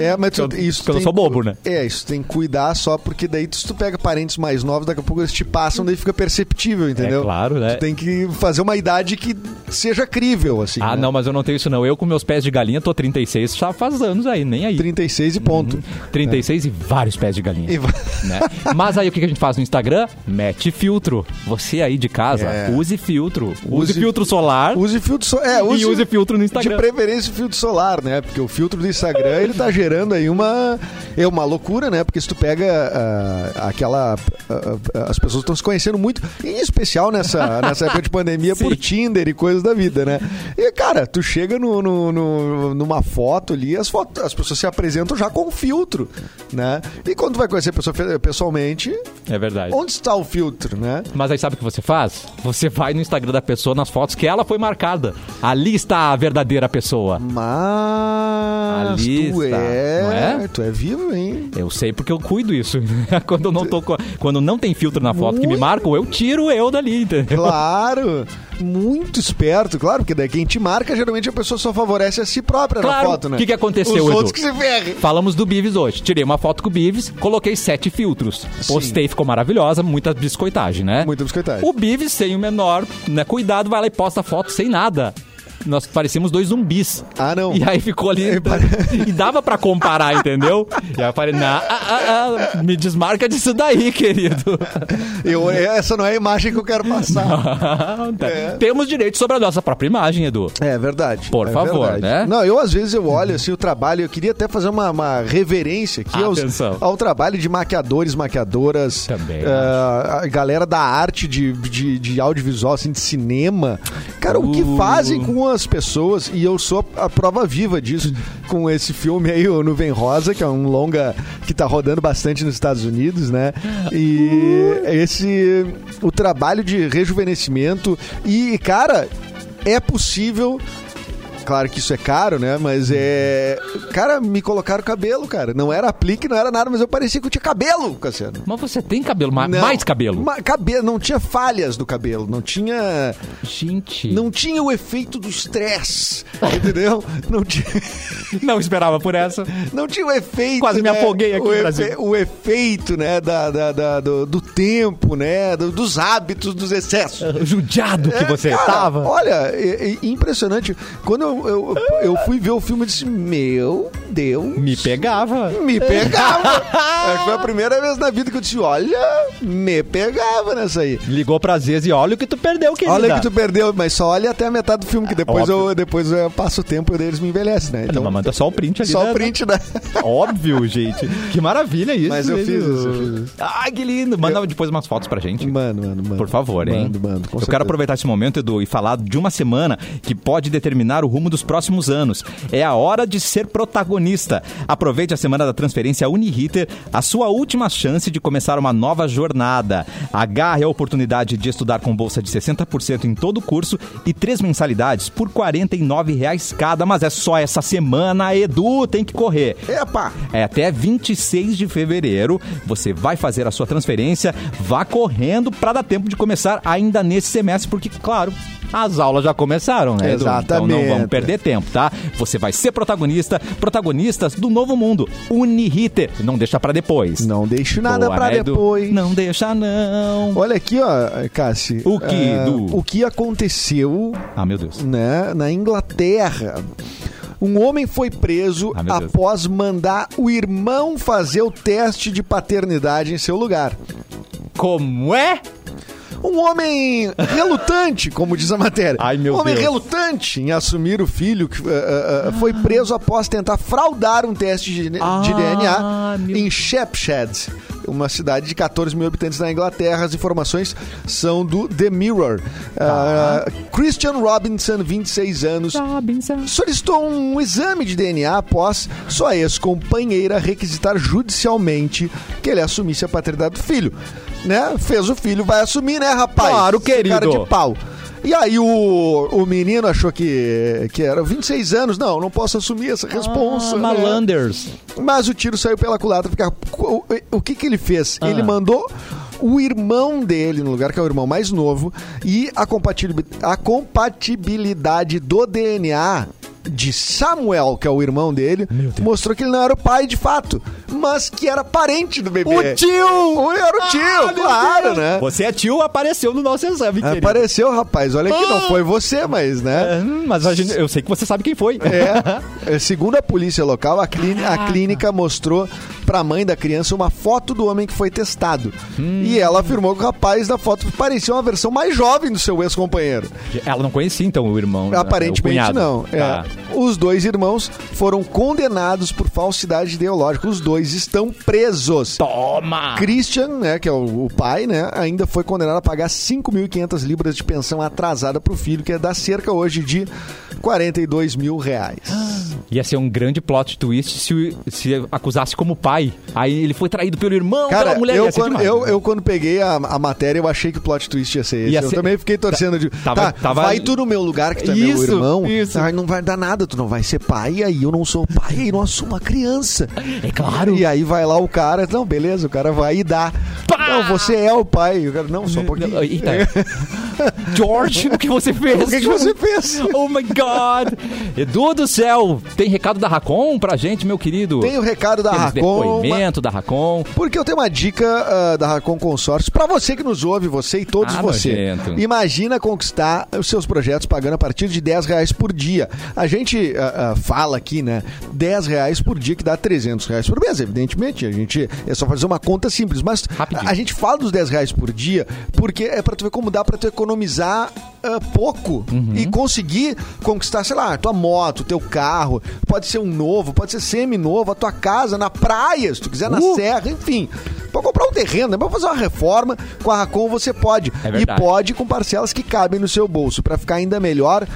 S4: é, mas tu,
S1: Porque eu-
S4: isso
S1: porque eu
S4: tem-
S1: sou bobo, né?
S4: É, isso tem que cuidar só porque daí tu- se tu pega parentes mais novos, daqui a pouco eles te passam, daí fica perceptível, entendeu?
S1: claro, né?
S4: Tu tem que fazer uma idade que seja crível, assim.
S1: Ah,
S4: né?
S1: não, mas eu não tenho isso não. Eu com meus pés de galinha tô 36 já faz anos aí, nem aí.
S4: 36 e ponto.
S1: Uhum. 36 e vários pés de galinha.
S4: É. E va-
S1: né? Mas aí o que que a gente faz no Instagram? Mete filtro. Você aí de casa,
S4: É.
S1: use filtro. Use,
S4: Use-
S1: filtro solar
S4: Use filtro solar. É, use,
S1: e use filtro no
S4: de
S1: Instagram.
S4: preferência filtro solar, né? Porque o filtro do Instagram, ele tá gerando aí uma... É uma loucura, né? Porque se tu pega ah, aquela... ah, ah, as pessoas estão se conhecendo muito, em especial nessa, nessa época de pandemia, por Tinder e coisas da vida, né? E, cara, tu chega no, no- no- numa foto ali, as, foto, as pessoas se apresentam já com filtro, né? E quando tu vai conhecer a pessoa fe- pessoalmente,
S1: É verdade.
S4: onde está o filtro, né?
S1: Mas aí sabe o que você faz? Você vai no Instagram da pessoa nas fotos que ela foi marcada. Ali está a verdadeira pessoa.
S4: Mas
S1: Ali
S4: tu
S1: está, não
S4: é,
S1: é?
S4: tu é vivo, hein?
S1: Eu sei porque eu cuido isso. né? quando eu não tô co- quando não tem filtro na foto que me marcam, eu tiro eu dali, entendeu?
S4: Claro, muito esperto, claro, porque daí quem te marca, geralmente a pessoa só favorece a si própria
S1: Claro,
S4: na foto, né?
S1: o que que aconteceu,
S4: Os
S1: Edu?
S4: outros que se ferrem.
S1: Falamos do Bives hoje. Tirei uma foto com o Bives, coloquei sete filtros. Postei, ficou maravilhosa, muita biscoitagem, né?
S4: Muita biscoitagem.
S1: O Bives, sem o menor né, cuidado, vai lá e posta a foto sem nada. Nós parecíamos dois zumbis.
S4: Ah, não.
S1: E aí ficou ali. e dava pra comparar, entendeu? E aí eu falei, nah, ah, ah, ah, me desmarca disso daí, querido.
S4: Eu, essa não é a imagem que eu quero passar.
S1: Tá. Temos direito sobre a nossa própria imagem, Edu.
S4: É verdade.
S1: Por
S4: é
S1: favor, né?
S4: Não, eu às vezes eu olho assim o trabalho, eu queria até fazer uma, uma reverência aqui aos-
S1: Atenção.
S4: ao trabalho de maquiadores, maquiadoras,
S1: Também,
S4: eh, a galera da arte de, de, de audiovisual, assim, de cinema. Cara, o que
S1: Uh.
S4: fazem com as pessoas, e eu sou a prova viva disso, com esse filme aí, o Nuvem Rosa, que é um longa que tá rodando bastante nos Estados Unidos, né? E esse. O trabalho de rejuvenescimento. E, cara, é possível. Claro que isso é caro, né? Mas é. Cara, me colocaram cabelo, cara. Não era aplique, não era nada, mas eu parecia que eu tinha cabelo, Cassiano.
S1: Mas você tem cabelo, ma-
S4: Não.
S1: mais cabelo.
S4: Ma- cabelo, não tinha falhas do cabelo, não tinha.
S1: Gente.
S4: Não tinha o efeito do estresse, entendeu? não tinha.
S1: não esperava por essa.
S4: Não tinha o efeito.
S1: Quase me
S4: né?
S1: afoguei aqui
S4: o
S1: no
S4: efe-
S1: Brasil.
S4: O efeito, né? Da, da- da- do, do tempo, né? do- dos hábitos, dos excessos.
S1: Judiado que
S4: É,
S1: você
S4: cara,
S1: estava.
S4: Olha, é- é impressionante. Quando eu, eu, eu fui ver o filme, eu disse: Meu Deus.
S1: Me pegava.
S4: Me pegava. Acho que foi a primeira vez na vida que eu disse: Olha, me pegava nessa aí.
S1: Ligou pra Zez e olha o que tu perdeu, querida.
S4: Olha que tu perdeu, mas só olha até a metade do filme, que depois,
S1: óbvio.
S4: eu, depois eu passo o tempo e eles me envelhecem, né?
S1: Não, mas manda só o print ali.
S4: só
S1: né?
S4: o print da.
S1: Óbvio, gente. Que maravilha isso.
S4: Mas eu
S1: né,
S4: fiz
S1: meu?
S4: isso, eu fiz isso.
S1: Ai, que lindo. Manda depois umas fotos pra gente.
S4: Mano, mano, mano.
S1: Por favor, hein?
S4: Mando, mando. com
S1: Eu
S4: certeza.
S1: quero aproveitar esse momento, Edu, e falar de uma semana que pode determinar o rumo dos próximos anos. É a hora de ser protagonista. Aproveite a semana da transferência Uniriter, a sua última chance de começar uma nova jornada. Agarre a oportunidade de estudar com bolsa de 60% em todo o curso e três mensalidades por R$ 49,00 cada. Mas é só essa semana, Edu, tem que correr.
S4: Epa!
S1: É até 26 de fevereiro. Você vai fazer a sua transferência, vá correndo para dar tempo de começar ainda nesse semestre, porque, claro, as aulas já começaram, né? Edu? Então não
S4: Exatamente.
S1: vamos perder tempo, tá? Você vai ser protagonista, protagonistas do novo mundo, Uniriter. Não deixa pra depois.
S4: Não deixo nada
S1: Boa,
S4: pra
S1: né, Edu?
S4: depois.
S1: Não deixa, não.
S4: Olha aqui, ó, Cassi.
S1: O que,
S4: É,
S1: Du?
S4: O que aconteceu
S1: Ah, meu Deus.
S4: né, na Inglaterra. Um homem foi preso
S1: Ah, meu Deus.
S4: após mandar o irmão fazer o teste de paternidade em seu lugar.
S1: Como é?
S4: Um homem relutante, como diz a matéria.
S1: Ai, meu
S4: um homem
S1: Deus.
S4: relutante em assumir o filho que eh, eh, eh, foi preso após tentar fraudar um teste de, de DNA
S1: meu-
S4: em Shepshed, uma cidade de 14 mil habitantes na Inglaterra. As informações são do The Mirror. Ah, Christian Robinson, 26 anos, solicitou um exame de DNA após sua ex-companheira requisitar judicialmente que ele assumisse a paternidade do filho. Né? Fez o filho, vai assumir, né, rapaz?
S1: Claro,
S4: Esse Cara
S1: querido.
S4: de pau. E aí o, o menino achou que, que era 26 anos. Não, não posso assumir essa responsa. né?
S1: Malanders.
S4: Mas o tiro saiu pela culatra, porque a- o, o que que ele fez?
S1: Ah.
S4: Ele mandou o irmão dele no lugar, que é o irmão mais novo, e a, compatili- a compatibilidade do DNA de Samuel, que é o irmão dele, mostrou que ele não era o pai de fato, mas que era parente do bebê.
S1: O
S4: tio! Era o tio, claro, né?
S1: Ah, Você é tio, apareceu no nosso exame, querido. Ah.
S4: Apareceu, rapaz. Olha aqui, não foi você, mas, né?
S1: É, hum, Mas a gente- eu sei que você sabe quem foi.
S4: É, é, segundo a polícia local, a, clini- a clínica mostrou pra mãe da criança uma foto do homem que foi testado. E ela afirmou que o rapaz da foto parecia uma versão mais jovem do seu ex-companheiro.
S1: Ela não conhecia, então, o irmão. né, o
S4: Aparentemente
S1: cunhado.
S4: não. É.
S1: Tá.
S4: Os dois irmãos foram condenados por falsidade ideológica. Os dois estão presos.
S1: Toma!
S4: Christian, né, que é o, o pai, né, ainda foi condenado a pagar 5.500 libras de pensão atrasada pro filho, que dá cerca hoje de 42 mil
S1: Ah,
S4: reais.
S1: Ia ser um grande plot twist se, o- se acusasse como pai. Aí ele foi traído pelo irmão,
S4: Cara,
S1: pela mulher.
S4: eu,
S1: ia ser
S4: quando,
S1: demais,
S4: eu,
S1: né?
S4: eu quando peguei a, a matéria, eu achei que o plot twist ia ser esse.
S1: Ia
S4: Eu
S1: ser-
S4: também fiquei torcendo de.
S1: tava-
S4: tá,
S1: tava-
S4: vai tu no meu lugar, que tu é meu
S1: Isso,
S4: irmão.
S1: isso.
S4: Ah, não vai dar nada, tu não vai ser pai, aí eu não sou pai, aí não assumo a criança.
S1: É claro.
S4: E aí vai lá o cara, não, beleza, o cara vai e dá. Não, você é o pai. O cara, não, só um pouquinho.
S1: Eita. tá. George, o que você fez?
S4: O que, que você fez?
S1: Oh my God! Edu do céu, tem recado da Racon pra gente, meu querido?
S4: Tem o recado da
S1: Temos
S4: Racon.
S1: depoimento da Racon.
S4: Porque eu tenho uma dica ah, da Racon Consórcios para você que nos ouve, você e todos
S1: Ah,
S4: você.
S1: nojento.
S4: Imagina conquistar os seus projetos pagando a partir de 10 reais por dia. A gente ah, ah, fala aqui, né? 10 reais por dia, que dá 300 reais por mês, evidentemente. A gente é só fazer uma conta simples. Mas
S1: Rapidinho.
S4: a gente fala dos 10 reais por dia porque é para tu ver como dá para tu economizar ah, pouco e
S1: Uhum.
S4: conseguir conquistar, sei lá, tua moto, teu carro. Pode ser um novo, pode ser semi-novo, a tua casa, na praia, se tu quiser, na
S1: Uh!
S4: serra, enfim. Pra comprar um terreno, né? Pra fazer uma reforma, com a Racon você pode.
S1: É
S4: e
S1: verdade.
S4: pode com parcelas que cabem no seu bolso. Pra ficar ainda melhor,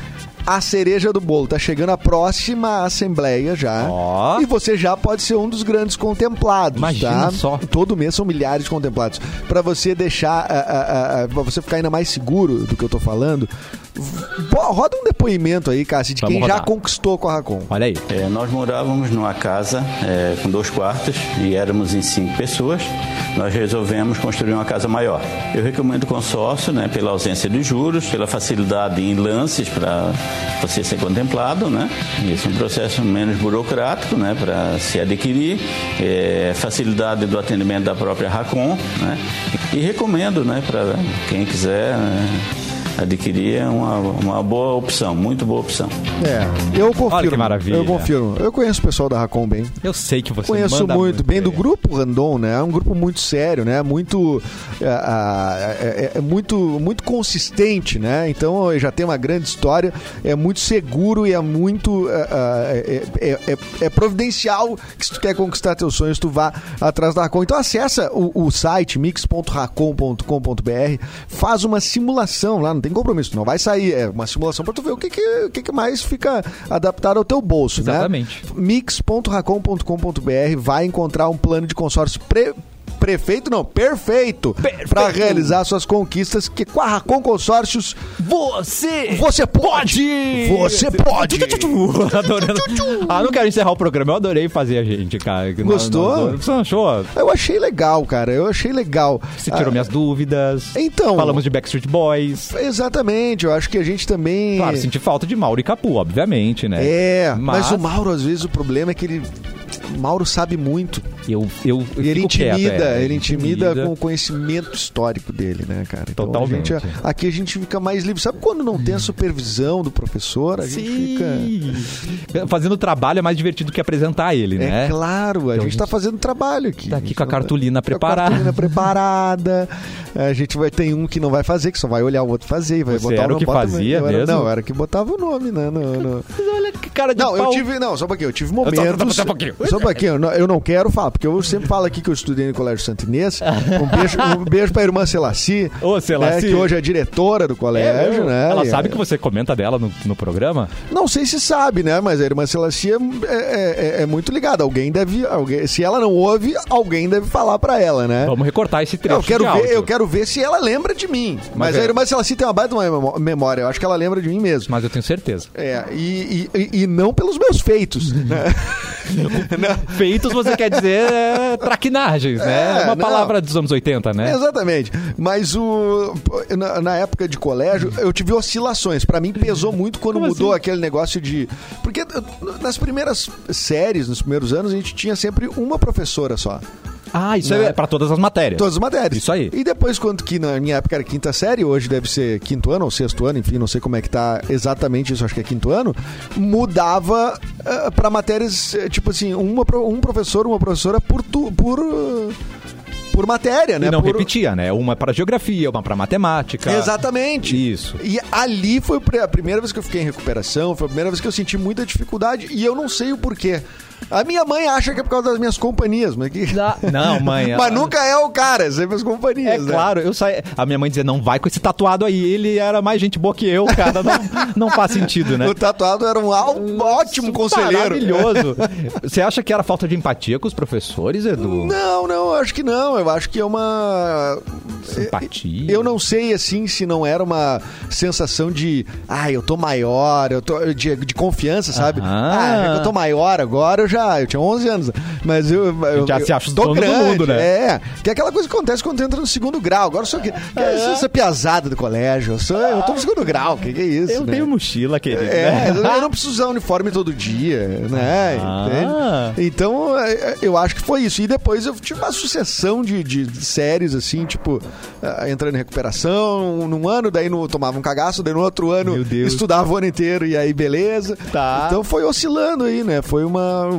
S4: a cereja do bolo. Tá chegando a próxima assembleia já.
S1: Ó.
S4: E você já pode ser um dos grandes contemplados,
S1: Imagina
S4: tá?
S1: só.
S4: Todo mês são milhares de contemplados. Pra você deixar, ah, ah, ah, ah, pra você ficar ainda mais seguro do que eu tô falando, v- bo- roda um depoimento aí, Cássio, de
S1: Vamos
S4: quem já
S1: rodar.
S4: conquistou com a Racon.
S1: Olha aí.
S7: É, nós morávamos numa casa é, com dois quartos e éramos em cinco pessoas. Nós resolvemos construir uma casa maior. Eu recomendo o consórcio né, pela ausência de juros, pela facilidade em lances para você ser contemplado. Né? Isso é um processo menos burocrático né, para se adquirir, é, facilidade do atendimento da própria RACON. Né? E recomendo né, para quem quiser né, adquirir, é uma, uma boa opção, muito boa opção.
S4: É, eu confirmo.
S1: que maravilha.
S4: Eu confirmo. Eu conheço o pessoal da Racon bem.
S1: Eu sei que você
S4: Conheço
S1: manda
S4: muito, bem do
S1: bem.
S4: grupo Randon, né? É um grupo muito sério, né? Muito, é, ah, é, é, é muito, muito consistente, né? Então eh, já tem uma grande história, é muito seguro e é muito ah, ah, é, é- é- é providencial que se tu quer conquistar teus sonhos, tu vá atrás da Racon. Então acessa o, o site mix.racon.com.br, faz uma simulação lá, não tem compromisso, não vai sair, é uma simulação para tu ver o que, que, o que que mais fica adaptado ao teu bolso, né?
S1: Exatamente.
S4: mix.racon.com.br vai encontrar um plano de consórcio pre- prefeito não, perfeito, para realizar suas conquistas, que com a Racon Consórcios
S8: Você!
S4: você pode! Você pode!
S1: Adorando. Ah, não quero encerrar o programa. Eu adorei fazer a gente, cara. Nós-
S4: Gostou?
S1: nós adoramos. Você não achou?
S4: Eu achei legal, cara, eu achei legal. Ah,
S1: Você tirou minhas dúvidas.
S4: Então-
S1: Falamos de Backstreet Boys.
S4: Ah, Exatamente, eu acho que a gente também...
S1: Claro, senti falta de Mauro e Capu, obviamente, né?
S4: É, mas...
S1: mas,
S4: o Mauro, às vezes, o problema é que ele... Mauro sabe muito.
S1: eu, eu, eu
S4: E ele
S1: fico quieto,
S4: intimida,
S1: é.
S4: ele intimida, com o conhecimento histórico dele, né, cara? Então,
S1: Totalmente. é.
S4: a gente- aqui a gente fica mais livre. Sabe quando não tem a supervisão do professor? A gente fica.
S1: Fica... Fazendo trabalho é mais divertido que apresentar ele, né?
S4: É claro, a
S1: Então,
S4: gente tá fazendo trabalho aqui.
S1: Tá aqui com a
S4: Então,
S1: cartolina
S4: com a
S1: preparada.
S4: cartolina preparada. A gente vai ter um que não vai fazer, que só vai olhar o outro fazer e vai
S1: Você
S4: botar
S1: era o
S4: nome.
S1: que
S4: Bota
S1: fazia
S4: eu era-
S1: mesmo?
S4: não, era que botava o nome, né? no- no-
S1: Olha que cara de
S4: Não, eu
S1: pau.
S4: tive. Não, só um pouquinho. Eu tive momentos.
S1: só um pouquinho.
S4: Só um pouquinho. eu não- Eu não quero falar, porque eu sempre falo aqui que eu estudei no Colégio Santo Inês. Um beijo, um beijo pra irmã Celaci.
S1: Ô,
S4: né,
S1: Celaci.
S4: que hoje é diretora do
S1: É,
S4: colégio,
S1: eu-
S4: né?
S1: Ela
S4: e- é,
S1: sabe que você comenta dela no, no programa?
S4: Não sei se sabe, né? Mas a irmã Celaci é, é- é- é muito ligada. Alguém deve. Alguém, se ela não ouve, alguém deve falar pra ela, né?
S1: Vamos recortar esse trecho
S4: Eu quero,
S1: de
S4: ver,
S1: áudio.
S4: eu quero ver se ela lembra de mim. Mas,
S1: é.
S4: a irmã Celaci tem uma baita de uma memó- memória. Eu acho que ela lembra de mim mesmo.
S1: Mas eu tenho certeza.
S4: É, e, e- e- e não pelos meus feitos. né?
S1: Feitos, você quer dizer é, traquinagens, né?
S4: É,
S1: uma
S4: não.
S1: palavra dos anos 80, né?
S4: Exatamente. Mas o na, na época de colégio, eu tive oscilações. Pra mim pesou muito quando mudou
S1: assim?
S4: aquele negócio de porque eh, nas primeiras séries, nos primeiros anos, a gente tinha sempre uma professora só.
S1: Ah, isso
S4: Não.
S1: é pra todas as matérias.
S4: Todas as matérias.
S1: Isso aí.
S4: E depois, quando que na minha época era quinta série, hoje deve ser quinto ano ou sexto ano, enfim, não sei como é que tá exatamente isso, acho que é quinto ano, mudava eh, pra matérias, eh, tipo assim, uma, pro- um professor, uma professora por, tu, por, eh, por matéria, né?
S1: E não
S4: Por-
S1: repetia, né? Uma pra geografia, uma pra matemática.
S4: Exatamente.
S1: Tá. Isso.
S4: E ali foi a primeira vez que eu fiquei em recuperação, foi a primeira vez que eu senti muita dificuldade e eu não sei o porquê. A minha mãe acha que é por causa das minhas companhias, mas, que...
S1: Não, mãe.
S4: mas nunca é o cara, é sempre as
S1: É
S4: companhias, né?
S1: claro, eu saí. A minha mãe dizia, não vai com esse tatuado aí. Ele era mais gente boa que eu, cara. Não, não faz sentido, né?
S4: O tatuado era um, al- ótimo conselheiro.
S1: Maravilhoso. Você acha que era falta de empatia com os professores, Edu?
S4: Não, não, eu acho que não. Eu acho que é uma.
S1: Simpatia.
S4: Eu não sei, assim, se não era uma sensação de. Ah, eu tô maior, eu tô. De, de confiança, sabe?
S1: Aham.
S4: Ah, já que eu tô maior agora, eu já. Eu tinha 11 anos. Mas eu. eu
S1: já
S4: eu
S1: se acha o
S4: tô
S1: dono do
S4: grande,
S1: mundo, né?
S4: É. Que é aquela coisa que acontece quando tu entra no segundo grau. Agora eu sou. que- que é essa, essa piazada do colégio. Eu, sou, eu tô no segundo grau. Que que é isso?
S1: Eu
S4: né?
S1: tenho mochila, querido.
S4: É,
S1: né?
S4: eu não preciso usar uniforme todo dia, né?
S1: Ah.
S4: Entende? Então, é, é, eu acho que foi isso. E depois eu tive uma sucessão de, de séries, assim, tipo, ah, entrando em recuperação num ano, daí no, tomava um cagaço, daí no outro ano
S1: Meu Deus.
S4: estudava o ano inteiro e aí beleza.
S1: Tá.
S4: Então foi oscilando aí, né? Foi uma.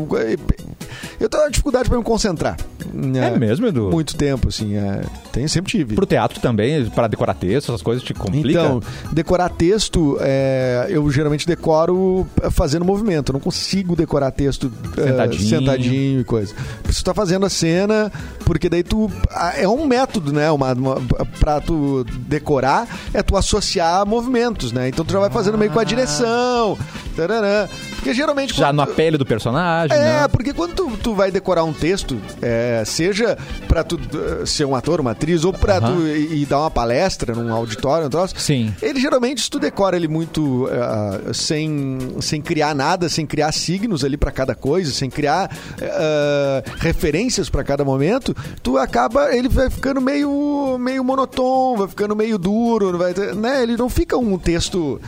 S4: Eu tenho uma dificuldade pra me concentrar. né?
S1: É mesmo, Edu?
S4: Muito tempo, assim. É, tem, sempre tive.
S1: Pro teatro também, pra decorar texto, essas coisas te complicam.
S4: Então, decorar texto, é, eu geralmente decoro fazendo movimento. Eu não consigo decorar texto é,
S1: Sentadinho.
S4: sentadinho e coisa. Você tá fazendo a cena, porque daí tu. ah, É um método, né? Uma, uma, pra tu decorar, é tu associar movimentos, né? Então tu já vai fazendo meio com a direção. Tarará. Porque geralmente.
S1: Ah. já
S4: quando
S1: na
S4: tu-
S1: pele do personagem,
S4: é,
S1: né?
S4: porque quando tu, tu vai decorar um texto, é, seja pra tu eh, ser um ator, uma atriz, ou pra
S1: Aham.
S4: tu ir, ir dar uma palestra num auditório, um troço.
S1: Sim.
S4: Ele geralmente, se tu decora ele muito eh, sem, sem criar nada, sem criar signos ali pra cada coisa, sem criar eh, referências pra cada momento, tu acaba, ele vai ficando meio, meio monotônico, vai ficando meio duro, não vai ter- né? Ele não fica um texto.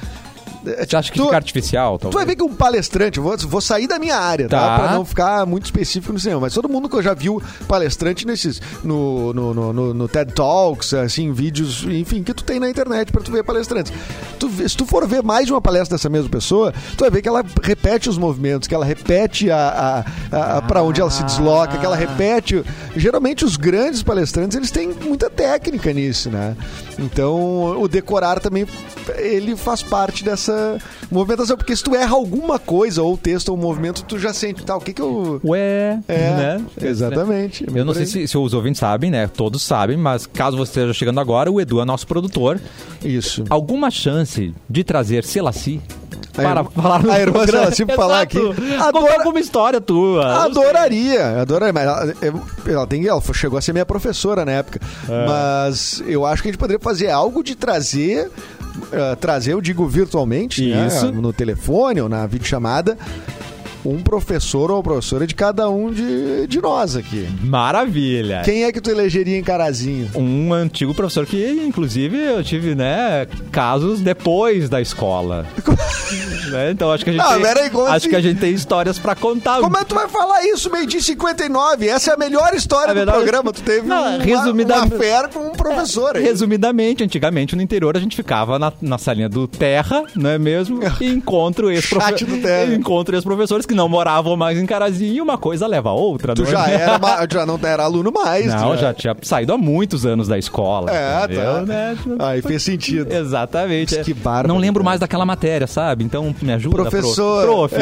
S4: eh,
S1: Você acha que
S4: tu-
S1: fica artificial,
S4: Tu vai
S1: talvez?
S4: ver que um palestrante, eu vou, vou sair da minha área, tá?
S1: Tá.
S4: Pra não ficar muito específico no cinema. Mas todo mundo que eu já viu palestrante nesses. No, no, no, no- no TED Talks, assim, vídeos, enfim, que tu tem na internet pra tu ver palestrantes. Tu vê- se tu for ver mais de uma palestra dessa mesma pessoa, tu vai ver que ela repete os movimentos, que ela repete a, a, a- a- pra onde ela se
S1: Ah.
S4: desloca, que ela repete. Geralmente os grandes palestrantes, eles têm muita técnica nisso, né? Então, o decorar também, ele faz parte dessa movimentação, porque se tu erra alguma coisa, ou o texto, ou o movimento, tu já sente, tá, o que que eu...
S1: Ué,
S4: É,
S1: né?
S4: exatamente.
S1: Eu não sei se, se os ouvintes sabem, né? Todos sabem, mas caso você esteja chegando agora, o Edu é nosso produtor.
S4: Isso.
S1: Alguma chance de trazer Selassie para
S4: irmã-
S1: falar no
S4: a irmã, se ela
S1: programa.
S4: sempre falar aqui,
S1: Exato.
S4: adora-
S1: Conta alguma história tua.
S4: Adoraria, adoraria, mas ela, eu- ela, tem, ela chegou a ser minha professora na época.
S1: É.
S4: Mas eu acho que a gente poderia fazer algo de trazer, eh, trazer, eu digo virtualmente, né,
S1: Isso.
S4: no telefone ou na videochamada, um professor ou professora de cada um de, de nós aqui.
S1: Maravilha.
S4: Quem é que tu elegeria em Carazinho?
S1: Um antigo professor que, inclusive, eu tive, né, casos depois da escola. Né, Então acho que a gente
S4: Ah,
S1: tem,
S4: peraí, como
S1: acho
S4: assim?
S1: que a gente tem histórias pra contar.
S4: Como é que tu vai falar isso, meio dia e 59? Essa é a melhor história
S1: A
S4: do
S1: melhor-
S4: programa. Tu teve
S1: Não, é.
S4: uma,
S1: resumida- É,
S4: uma fera com um professor aí.
S1: Resumidamente, antigamente no interior a gente ficava na, na salinha do Terra, não é mesmo? E encontro ex
S4: Chat do Terra.
S1: Encontro ex-professores que não moravam mais em Carazinho e uma coisa leva a outra,
S4: Tu
S1: não é
S4: já,
S1: mesmo?
S4: era, ma- já não era aluno mais. tu
S1: Não, já tinha saído há muitos anos da escola.
S4: É,
S1: entendeu,
S4: tá.
S1: né?
S4: Aí fez sentido.
S1: Exatamente.
S4: Que bárbaro,
S1: Não lembro
S4: cara.
S1: mais daquela matéria, sabe? Então me ajuda, prof.
S4: Professor.
S1: Prof.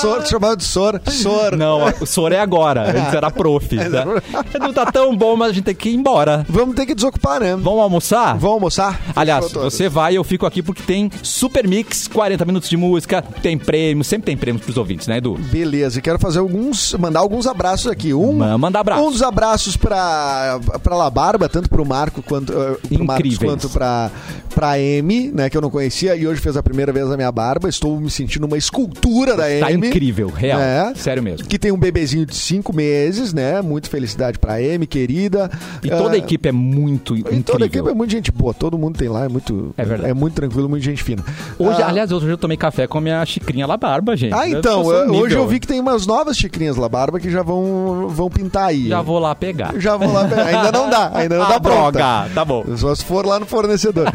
S4: Sor, chamado de Sor. Sor.
S1: Não, o Sor é agora. Antes era
S4: É,
S1: prof. Tá? Não tá tão bom, mas a gente tem que ir embora.
S4: Vamos ter que desocupar, né? Vamos,
S1: Vamos almoçar?
S4: almoçar?
S1: Aliás,
S4: Fechou todas.
S1: você vai e eu fico aqui porque tem Super Mix, 40 minutos de música, tem prêmio, sempre tem prêmio pros ouvintes, né, Edu?
S4: Beleza, e quero fazer alguns, mandar alguns abraços aqui. Um,
S1: Ma- manda abraço.
S4: um dos abraços pra, pra La Barba, tanto pro Marco quanto eh, pro Marcos
S1: Incríveis.
S4: quanto pra, pra M, né, que eu não conhecia e hoje fez a primeira vez a minha barba. Estou me sentindo uma escultura da
S1: Tá
S4: M.
S1: incrível, real.
S4: É.
S1: Sério mesmo.
S4: Que tem um bebezinho de cinco meses, né? Muito felicidade pra M, querida.
S1: E toda a
S4: Ah,
S1: equipe é muito incrível.
S4: E toda a equipe é muito gente boa, todo mundo tem lá, é muito,
S1: É verdade.
S4: muito tranquilo, muito gente fina.
S1: Hoje,
S4: Ah,
S1: aliás, hoje eu tomei café com a minha xicrinha lá barba, gente.
S4: Ah,
S1: Eu
S4: então,
S1: sou
S4: eu-
S1: nível.
S4: hoje eu vi que tem umas novas xicrinhas lá, Barba, que já vão, vão pintar aí.
S1: Já vou lá pegar.
S4: Já vou lá, pegar. ainda não dá, ainda não
S1: Ah,
S4: Então dá pronta.
S1: droga, tá bom.
S4: Só se for lá no fornecedor.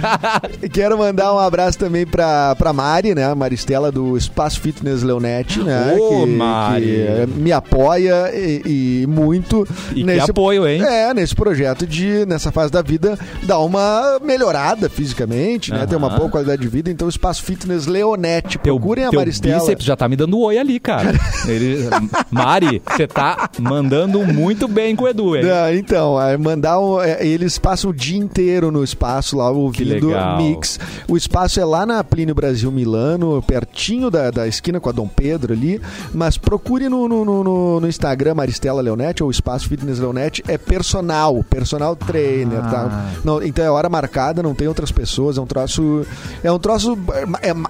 S4: Quero mandar um abraço também pra, pra Mari, né? A Maristela do Espaço Fitness Leonete, né?
S1: Ô,
S4: que,
S1: Mari.
S4: que, eh, me apoia e, e muito.
S1: E que apoio, hein?
S4: É, nesse projeto de, nessa fase da vida, dar uma melhorada fisicamente, né? Ter uma boa qualidade de vida. Então, Espaço Fitness Leonete.
S1: Teu,
S4: Procurem a
S1: teu
S4: Maristela.
S1: bíceps já tá me dando oi ali, cara. Ele- Mari, você tá mandando muito bem com o Edu, hein?
S4: Não, então, é, mandar um, é, eles passam o dia inteiro no espaço lá ouvindo
S1: legal.
S4: mix. O espaço é lá na Plínio Brasil Milano, pertinho da, da esquina com a Dom Pedro ali. Mas procure no, no, no- no- no Instagram Maristela Leonete ou Espaço Fitness Leonete. É personal, personal trainer,
S1: Ah.
S4: tá? Não, então é hora marcada, não tem outras pessoas. É um troço. É um troço.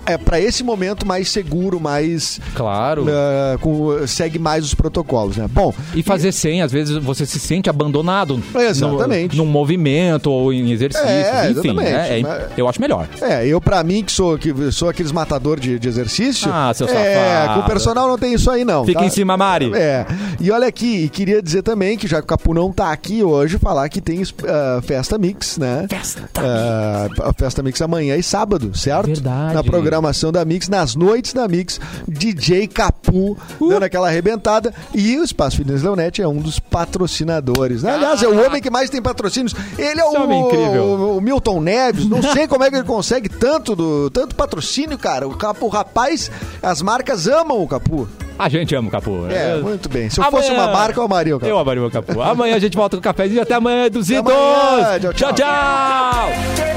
S4: É, é para esse momento mais seguro, mais.
S1: Claro.
S4: eh, com- segue mais os protocolos, né? Bom,
S1: E fazer sem, às vezes você se sente abandonado.
S4: É, exatamente.
S1: No, num movimento ou em exercícios,
S4: É,
S1: enfim.
S4: exatamente,
S1: né? É,
S4: mas-
S1: eu acho melhor.
S4: É, eu pra mim, que sou, que sou aqueles matador de, de exercício.
S1: Ah, seu
S4: É,
S1: safado.
S4: com o personal não tem isso aí, não.
S1: Fica
S4: tá?
S1: em cima, Mari.
S4: É. E olha aqui, e queria dizer também que já que o Capu não tá aqui hoje, falar que tem ah, festa mix, né? Festa A festa mix amanhã e sábado, certo?
S1: Verdade.
S4: Na programação da Mix, nas noites da Mix, DJ Capu
S1: Uh!
S4: dando aquela arrebentada. E o Espaço Fitness Leonete é um dos patrocinadores. né? Aliás, é o homem que mais tem patrocínios. Ele é
S1: Ah! Esse homem é incrível.
S4: o, o Milton Neves, não sei como é que ele consegue tanto, do, tanto patrocínio, cara. O Capu, o rapaz, as marcas amam o Capu.
S1: A gente ama o Capu. né?
S4: É, muito bem. Se eu fosse
S1: Amanhã-
S4: uma marca, eu amaria o Capu.
S1: Eu amaria o Capu. Amanhã a gente volta com o cafezinho. Até amanhã, Eduzitos.
S4: Até amanhã. Tchau,
S1: tchau.
S4: tchau.
S1: tchau.
S9: Turn